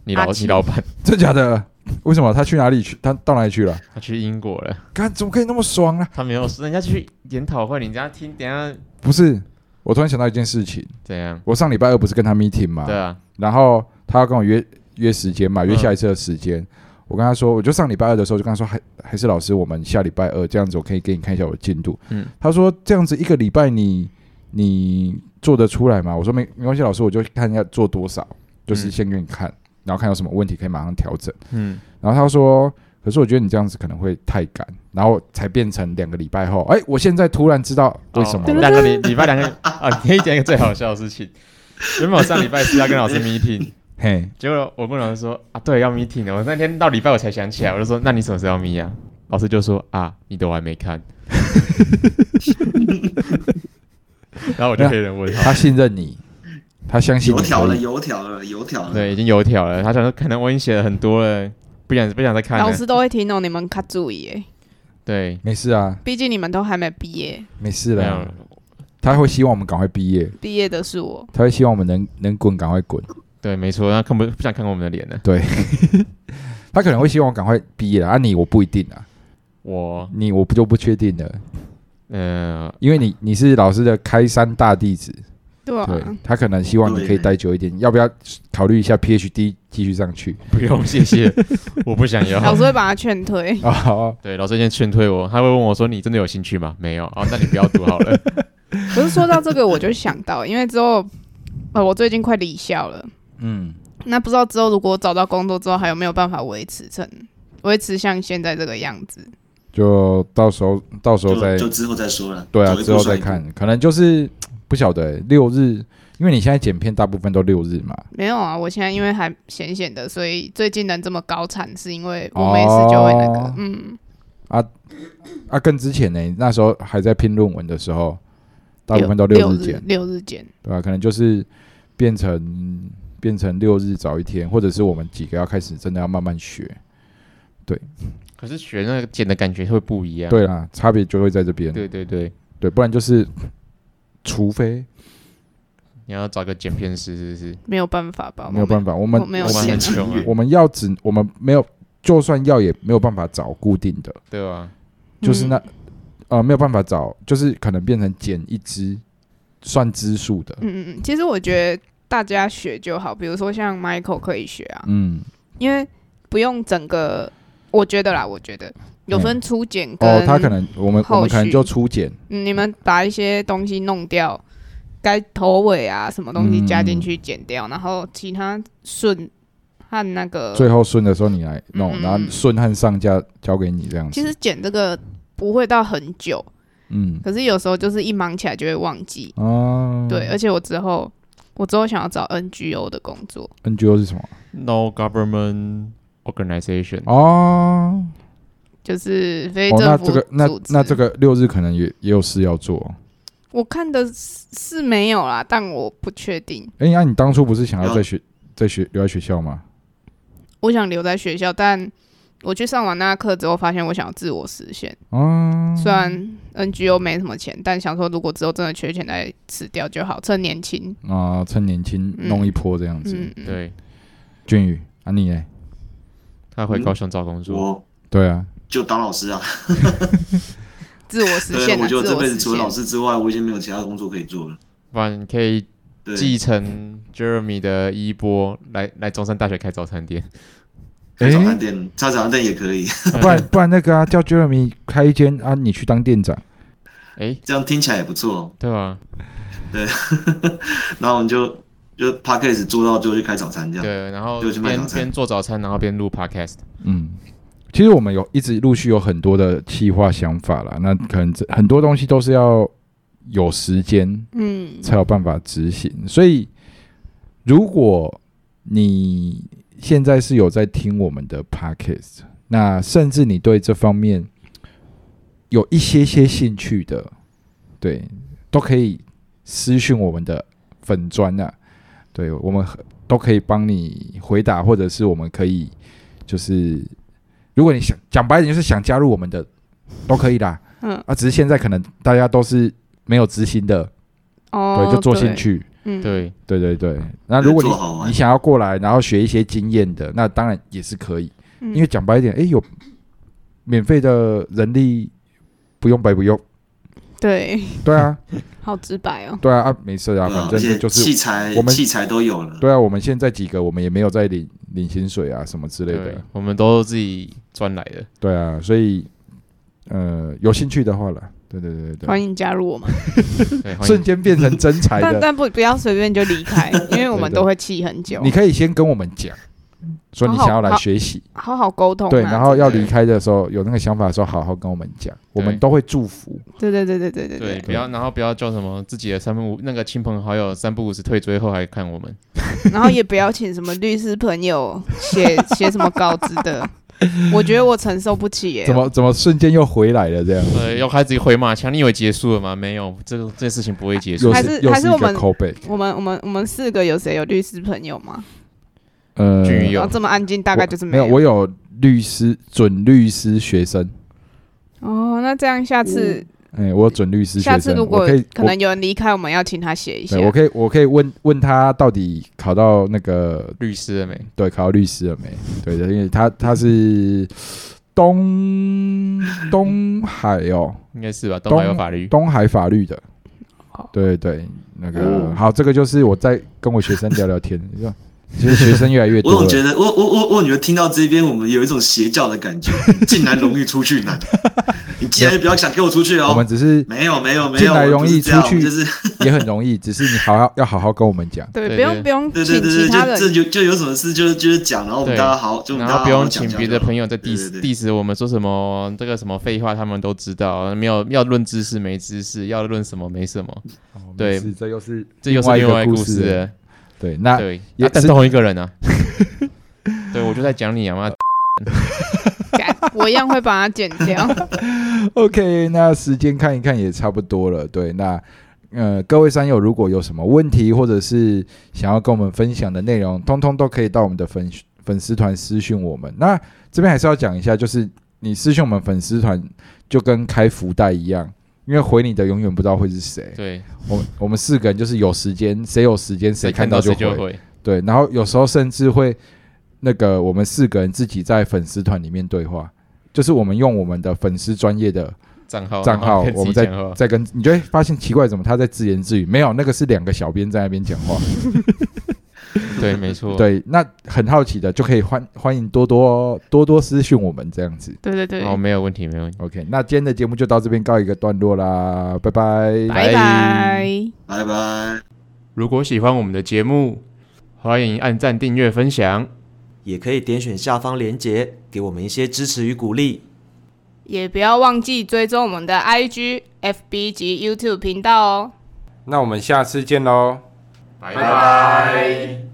Speaker 4: 你老
Speaker 2: 阿奇
Speaker 4: 你老板
Speaker 1: 真假的？为什么他去哪里去？他到哪里去了？
Speaker 4: 他去英国了，
Speaker 1: 看怎么可以那么爽啊？
Speaker 4: 他没有人家去研讨会，你人家听，等一下
Speaker 1: 不是，我突然想到一件事情，
Speaker 4: 怎样？
Speaker 1: 我上礼拜二不是跟他 meeting 嘛，
Speaker 4: 对啊，
Speaker 1: 然后他要跟我约约时间嘛，约
Speaker 4: 嗯
Speaker 1: 下一次的时间。我跟他说，我就上礼拜二的时候就跟他说，还还是老师，我们下礼拜二这样子，我可以给你看一下我的进度。
Speaker 4: 嗯
Speaker 1: 他说这样子一个礼拜你你做得出来吗？我说没没关系，老师，我就看要做多少，就是
Speaker 4: 嗯
Speaker 1: 先给你看，然后看有什么问题可以马上调整。
Speaker 4: 嗯，
Speaker 1: 然后他说，可是我觉得你这样子可能会太赶，然后才变成两个礼拜后，哎，我现在突然知道为什么
Speaker 4: 哦
Speaker 1: 了。
Speaker 4: 两个礼礼拜两个啊， 你可以讲一个最好笑的事情。原本我上礼拜四要跟老师 meeting，
Speaker 1: 嘿，
Speaker 4: 结果我跟老师说啊，对，要 meeting 的。我那天到礼拜我才想起来，我就说那你什么时候要 meet 啊？老师就说啊，你都还没看。 然后我就黑人 问号，
Speaker 1: 他信任你，他相信
Speaker 3: 油
Speaker 1: 你
Speaker 3: 条
Speaker 1: 可
Speaker 3: 了，
Speaker 1: 以。
Speaker 3: 油条了，油条了。
Speaker 4: 对，已经油条了。他想说可能我已经写了很多了，不想不想再看
Speaker 2: 老
Speaker 4: 了。
Speaker 2: 师都会听哦，你们卡注意耶，
Speaker 4: 对，
Speaker 1: 没事啊，
Speaker 2: 毕竟你们都还没毕业，
Speaker 1: 没事
Speaker 4: 没
Speaker 1: 了
Speaker 4: 有。
Speaker 1: 他会希望我们赶快毕业，
Speaker 2: 毕业的是我。
Speaker 1: 他会希望我们能能滚赶快滚。
Speaker 4: 对，没错，他看不不想看我们的脸了。
Speaker 1: 他可能会希望我赶快毕业啦啊，你我不一定啊，
Speaker 4: 我
Speaker 1: 你我不就不确定了，
Speaker 4: 呃，
Speaker 1: 因为你你是老师的开山大弟子，
Speaker 2: 对啊，
Speaker 1: 对他可能希望你可以待久一点，要不要考虑一下 PhD 继续上去？
Speaker 4: 不用谢 谢，我不想要。
Speaker 2: 老师会把他劝退。
Speaker 3: 嗯
Speaker 1: 哦， 好
Speaker 4: 对，老师先劝退我，他会问我说：“你真的有兴趣吗？”没有，哦，那你不要读好 了。
Speaker 2: 可是说到这个，我就想到，因为之后，呃，我最近快离校了，
Speaker 1: 嗯，
Speaker 2: 那不知道之后如果我找到工作之后，还有没有办法维持成维持像现在这个样子？
Speaker 1: 就到时候到时候再
Speaker 3: 就就之后再说了。
Speaker 1: 对啊，
Speaker 3: 走一步
Speaker 1: 之后再
Speaker 3: 算一步。
Speaker 1: 看，可能就是不晓得欸六日，因为你现在剪片大部分都六日嘛，
Speaker 2: 没有啊，我现在因为还闲闲的，所以最近能这么高产，是因为我没事就会那个，
Speaker 1: 哦
Speaker 2: 嗯，
Speaker 1: 啊，更之前呢、那时候还在拼论文的时候，大部分都
Speaker 2: 六
Speaker 1: 六日剪，
Speaker 2: 六日检，
Speaker 1: 对吧、可能就是变成变成六日早一天，或者是我们几个要开始真的要慢慢学。
Speaker 4: 可是学那个剪的感觉会不一样。
Speaker 1: 对啦，差别就会在这边。
Speaker 4: 对对对，
Speaker 1: 对，不然就是，除非
Speaker 4: 你要找个剪片师，是是是，
Speaker 2: 没有办法吧？
Speaker 1: 没有办
Speaker 2: 法，
Speaker 1: 法，我
Speaker 2: 我
Speaker 1: 们
Speaker 2: 没
Speaker 4: 我
Speaker 2: 有
Speaker 4: 们
Speaker 2: 钱
Speaker 4: 很，穷啊，
Speaker 1: 我们要只我们没有，就算要也没有办法找固定的，
Speaker 4: 对吧？
Speaker 2: 嗯
Speaker 1: 就是那、呃没有办法找，就是可能变成减一支算支数的。
Speaker 2: 嗯，嗯嗯，其实我觉得大家学就好，比如说像 Michael 可以学啊，
Speaker 1: 嗯，
Speaker 2: 因为不用整个，我觉得啦，我觉得有分初检跟、
Speaker 1: 嗯哦，他可能我们我
Speaker 2: 后
Speaker 1: 们可能
Speaker 2: 续
Speaker 1: 就初减，
Speaker 2: 嗯你们把一些东西弄掉，该头尾啊什么
Speaker 1: 嗯
Speaker 2: 东西加进去剪掉，然后其他顺和那个，
Speaker 1: 最后顺的时候你来弄，
Speaker 2: 呃嗯
Speaker 1: 然后顺和上架交给你这样子。
Speaker 2: 其实剪这个不会到很久，
Speaker 1: 嗯，
Speaker 2: 可是有时候就是一忙起来就会忘记。
Speaker 1: 哦，
Speaker 2: 对，而且我之后我之后想要找 NGO 的工作，
Speaker 1: ，NGO 是什么？
Speaker 4: No government organization，、
Speaker 1: 哦，
Speaker 2: 就是非
Speaker 1: 哦，那
Speaker 2: 政府
Speaker 1: 这
Speaker 2: 组织。
Speaker 1: 个那那这个六日可能也也有事要做。
Speaker 2: 我看的是是没有啦，但我不确定。
Speaker 1: 哎，那你当初不是想要
Speaker 3: 有
Speaker 1: 在学在学留在学校吗？
Speaker 2: 我想留在学校，但我去上完那课之后，发现我想要自我实现。
Speaker 1: 哦，
Speaker 2: 虽然 NGO 没什么钱，但想说如果之后真的缺钱再辞掉就好，趁年轻。
Speaker 1: 啊，趁年轻
Speaker 2: 嗯
Speaker 1: 弄一波这样子。
Speaker 2: 嗯，嗯，
Speaker 4: 对，
Speaker 1: 俊宇，啊你呢？
Speaker 4: 他回高雄找工
Speaker 3: 嗯
Speaker 4: 作，
Speaker 3: 我
Speaker 1: 对啊，
Speaker 3: 就当老师啊，
Speaker 2: 自我实
Speaker 3: 对，
Speaker 2: 现啊，
Speaker 3: 我
Speaker 2: 自
Speaker 3: 就这
Speaker 2: 我
Speaker 3: 辈
Speaker 2: 实
Speaker 3: 子除了老
Speaker 2: 现。
Speaker 3: 师之外，我已经没有其他工作可以做了。
Speaker 4: 不然你可以
Speaker 3: 对，
Speaker 4: 继承 Jeremy 的衣钵，来来中山大学开早餐店。
Speaker 3: 开
Speaker 1: 诶
Speaker 3: 早餐店，开早餐店也可以，
Speaker 1: 不然不然那个啊，叫 Jeremy 开一间啊，你去当店长。
Speaker 4: 哎，
Speaker 3: 这样听起来也不错哦。
Speaker 4: 对吧？
Speaker 3: 然后我们就就 p a c k a g e 做到最后去开早餐这样。
Speaker 4: 对，然后
Speaker 3: 就去卖
Speaker 4: 边
Speaker 3: 早餐
Speaker 4: 边做早餐，然后边录 podcast。
Speaker 1: 嗯，其实我们有一直陆续有很多的计划想法啦，那可能这很多东西都是要有时间
Speaker 2: 嗯，
Speaker 1: 才有办法执行。所以，如果你现在是有在听我们的 podcast，那甚至你对这方面有一些些兴趣的，对，都可以私讯我们的粉砖啊，对我们都可以帮你回答，或者是我们可以就是，如果你想讲白一点，就是想加入我们的都可以啦，
Speaker 2: 嗯，
Speaker 1: 啊，只是现在可能大家都是没有执行的，
Speaker 2: 哦，
Speaker 1: 对，就做兴
Speaker 2: 对，
Speaker 1: 趣，
Speaker 2: 嗯，
Speaker 4: 对，
Speaker 1: 对对对。那啊如果你
Speaker 3: 做好玩
Speaker 1: 你想要过来，然后学一些经验的，那当然也是可以。
Speaker 2: 嗯，
Speaker 1: 因为讲白一点，诶，有免费的人力不用白不用。
Speaker 2: 对，
Speaker 1: 对啊，
Speaker 2: 好直白哦，
Speaker 1: 对啊，啊，没事啊，
Speaker 3: 对啊
Speaker 1: 反
Speaker 3: 而
Speaker 1: 正
Speaker 3: 且
Speaker 1: 就是
Speaker 3: 器材
Speaker 1: 我们
Speaker 3: 器材都有了，
Speaker 1: 对啊，我们现在几个我们也没有在领领薪水啊什么之类的。，
Speaker 4: 我们都自己赚来的。
Speaker 1: 对啊，所以呃，有兴趣的话了，对对对对
Speaker 2: 欢迎加入我们，
Speaker 4: 对，
Speaker 1: 对，
Speaker 4: 欢
Speaker 1: 瞬
Speaker 4: 迎。
Speaker 1: 间变成真才
Speaker 2: 但
Speaker 1: 的，
Speaker 2: 但不不要随便就 离开，因为我们
Speaker 1: 对对
Speaker 2: 都会气很久
Speaker 1: 你，可以先跟我们讲，说你
Speaker 2: 好好
Speaker 1: 想要来
Speaker 2: 好
Speaker 1: 学习。
Speaker 2: 好好沟通啊，
Speaker 1: 对，然后要
Speaker 4: 真的
Speaker 1: 离开的时候有那个想法的时候，好好跟我们讲，我们
Speaker 4: 对
Speaker 1: 都会祝福。
Speaker 2: 对对对对对对
Speaker 4: 对，
Speaker 2: 对，
Speaker 4: 不要，然后不要叫什么自己的三不五那个亲朋好友三不五时退追后还看我们，
Speaker 2: 然后也不要请什么律师朋友写 写什么稿子 的，我觉得我承受不起耶
Speaker 1: 怎，么怎么瞬间又回来了这样？
Speaker 4: 呃，要开始回马枪，你以为结束了吗？没有，这个这事情不会结束
Speaker 1: 又。
Speaker 2: 还是
Speaker 1: 又
Speaker 2: 还
Speaker 1: 是
Speaker 2: 是
Speaker 1: 一
Speaker 2: 我
Speaker 1: 个
Speaker 2: 们
Speaker 1: callback。
Speaker 2: 我们我们我们四个有谁有律师朋友吗？
Speaker 1: 呃，
Speaker 4: 俊宇
Speaker 2: 然
Speaker 4: 有
Speaker 2: 后这么安静，大概就是
Speaker 1: 我
Speaker 2: 没
Speaker 1: 没有，我有律师准律师学生，
Speaker 2: 哦，那这样下次
Speaker 1: 哎，我有准律师
Speaker 2: 下
Speaker 1: 学
Speaker 2: 次
Speaker 1: 生，
Speaker 2: 如
Speaker 1: 我
Speaker 2: 果
Speaker 1: 可以
Speaker 2: 可能有人离开，我们要请他写一
Speaker 1: 我
Speaker 2: 啊下
Speaker 1: 对，。我可以我可以问问他到底考到那个
Speaker 4: 律师了没？
Speaker 1: 对考到律师了没？对的，因为他他是东东海哦，
Speaker 4: 应该是吧，
Speaker 1: 东
Speaker 4: 东海有法律。
Speaker 1: 东海法律的
Speaker 4: 哦
Speaker 2: 好。
Speaker 1: 对对，那个
Speaker 3: 哦
Speaker 1: 好，这个就是我在跟我学生聊聊天， 你说其实学生越来越
Speaker 3: 我
Speaker 1: 多
Speaker 3: 总
Speaker 1: 了，
Speaker 3: 觉得，我我我我，你们听到这边，我们有一种邪教的感觉，进来容易出去 难。你进来就不要想跟我出去
Speaker 1: 我
Speaker 3: 哦
Speaker 1: 们。只是
Speaker 3: 没有没有没有，
Speaker 1: 进来容易
Speaker 3: 我们不是这样
Speaker 1: 出去
Speaker 3: 我们就是
Speaker 1: 也很容易，只是你好好要好好跟我们讲。
Speaker 2: 对，
Speaker 4: 对
Speaker 2: 不用
Speaker 4: 对
Speaker 2: 不用
Speaker 3: 对
Speaker 2: 请
Speaker 3: 对对
Speaker 2: 其他
Speaker 3: 对，就
Speaker 2: 人，
Speaker 3: 就就有什么事就就是讲，然后我们
Speaker 4: 对
Speaker 3: 大家好，就我们
Speaker 4: 然
Speaker 3: 大家
Speaker 4: 后
Speaker 3: 好
Speaker 4: 不
Speaker 3: 好
Speaker 4: 用
Speaker 3: 讲
Speaker 4: 请
Speaker 3: 讲
Speaker 4: 别的
Speaker 3: 就好
Speaker 4: 朋友在 diss
Speaker 3: 对对对
Speaker 4: diss 我们说什么这个什么废话，他们都知道。没有要论知识没知识，要论什么没什么，
Speaker 1: 哦没
Speaker 4: 对
Speaker 1: 事这又是
Speaker 4: 这又是
Speaker 1: 另
Speaker 4: 另
Speaker 1: 外
Speaker 4: 外
Speaker 1: 一
Speaker 4: 一
Speaker 1: 个
Speaker 4: 个
Speaker 1: 故
Speaker 4: 故
Speaker 1: 事
Speaker 4: 事了。
Speaker 1: 对。那
Speaker 4: 对，
Speaker 1: 也
Speaker 4: 啊但
Speaker 1: 是
Speaker 4: 是同一个人啊。 对，我就在讲你啊妈，
Speaker 2: 干 我一样会把它剪 掉。
Speaker 1: OK，那时间看一看也差不多了。对，那呃，各位山友如果有什么问题，或者是想要跟我们分享的内容，通通都可以到我们的粉粉丝团私讯我们。那这边还是要讲一下，就是你私讯我们粉丝团，就跟开福袋一样。因为回你的永远不知道会是 谁，
Speaker 4: 对，
Speaker 1: 我们我们四个人就是有时间，谁有时间
Speaker 4: 谁
Speaker 1: 看
Speaker 4: 到
Speaker 1: 就
Speaker 4: 谁就会。
Speaker 1: 对，然后有时候甚至会那个我们四个人自己在粉丝团里面对话，就是我们用我们的粉丝专业的
Speaker 4: 账号
Speaker 1: 账号
Speaker 4: 然后跟自己
Speaker 1: 我们在
Speaker 4: 讲话
Speaker 1: 在跟，你就会发现奇怪，怎么他在自言自语？没有，那个是两个小编在那边讲话。
Speaker 4: 对，没 错，
Speaker 1: 对，那很好奇的就可以欢欢迎多多多多私讯我们这样子。
Speaker 2: 对对对，
Speaker 4: 哦，没有问题，没有问题。
Speaker 1: OK，那今天的节目就到这边告一个段落啦，拜拜。
Speaker 2: 拜
Speaker 4: 拜
Speaker 2: 拜。
Speaker 3: 拜拜。
Speaker 4: 如果喜欢我们的节目，欢迎按赞、订阅、分享。
Speaker 5: 也可以点选下方链接，给我们一些支持与鼓励。
Speaker 2: 也不要忘记追踪我们的 IG、FB 及 YouTube 频道哦。
Speaker 1: 那我们下次见喽。
Speaker 4: 拜拜。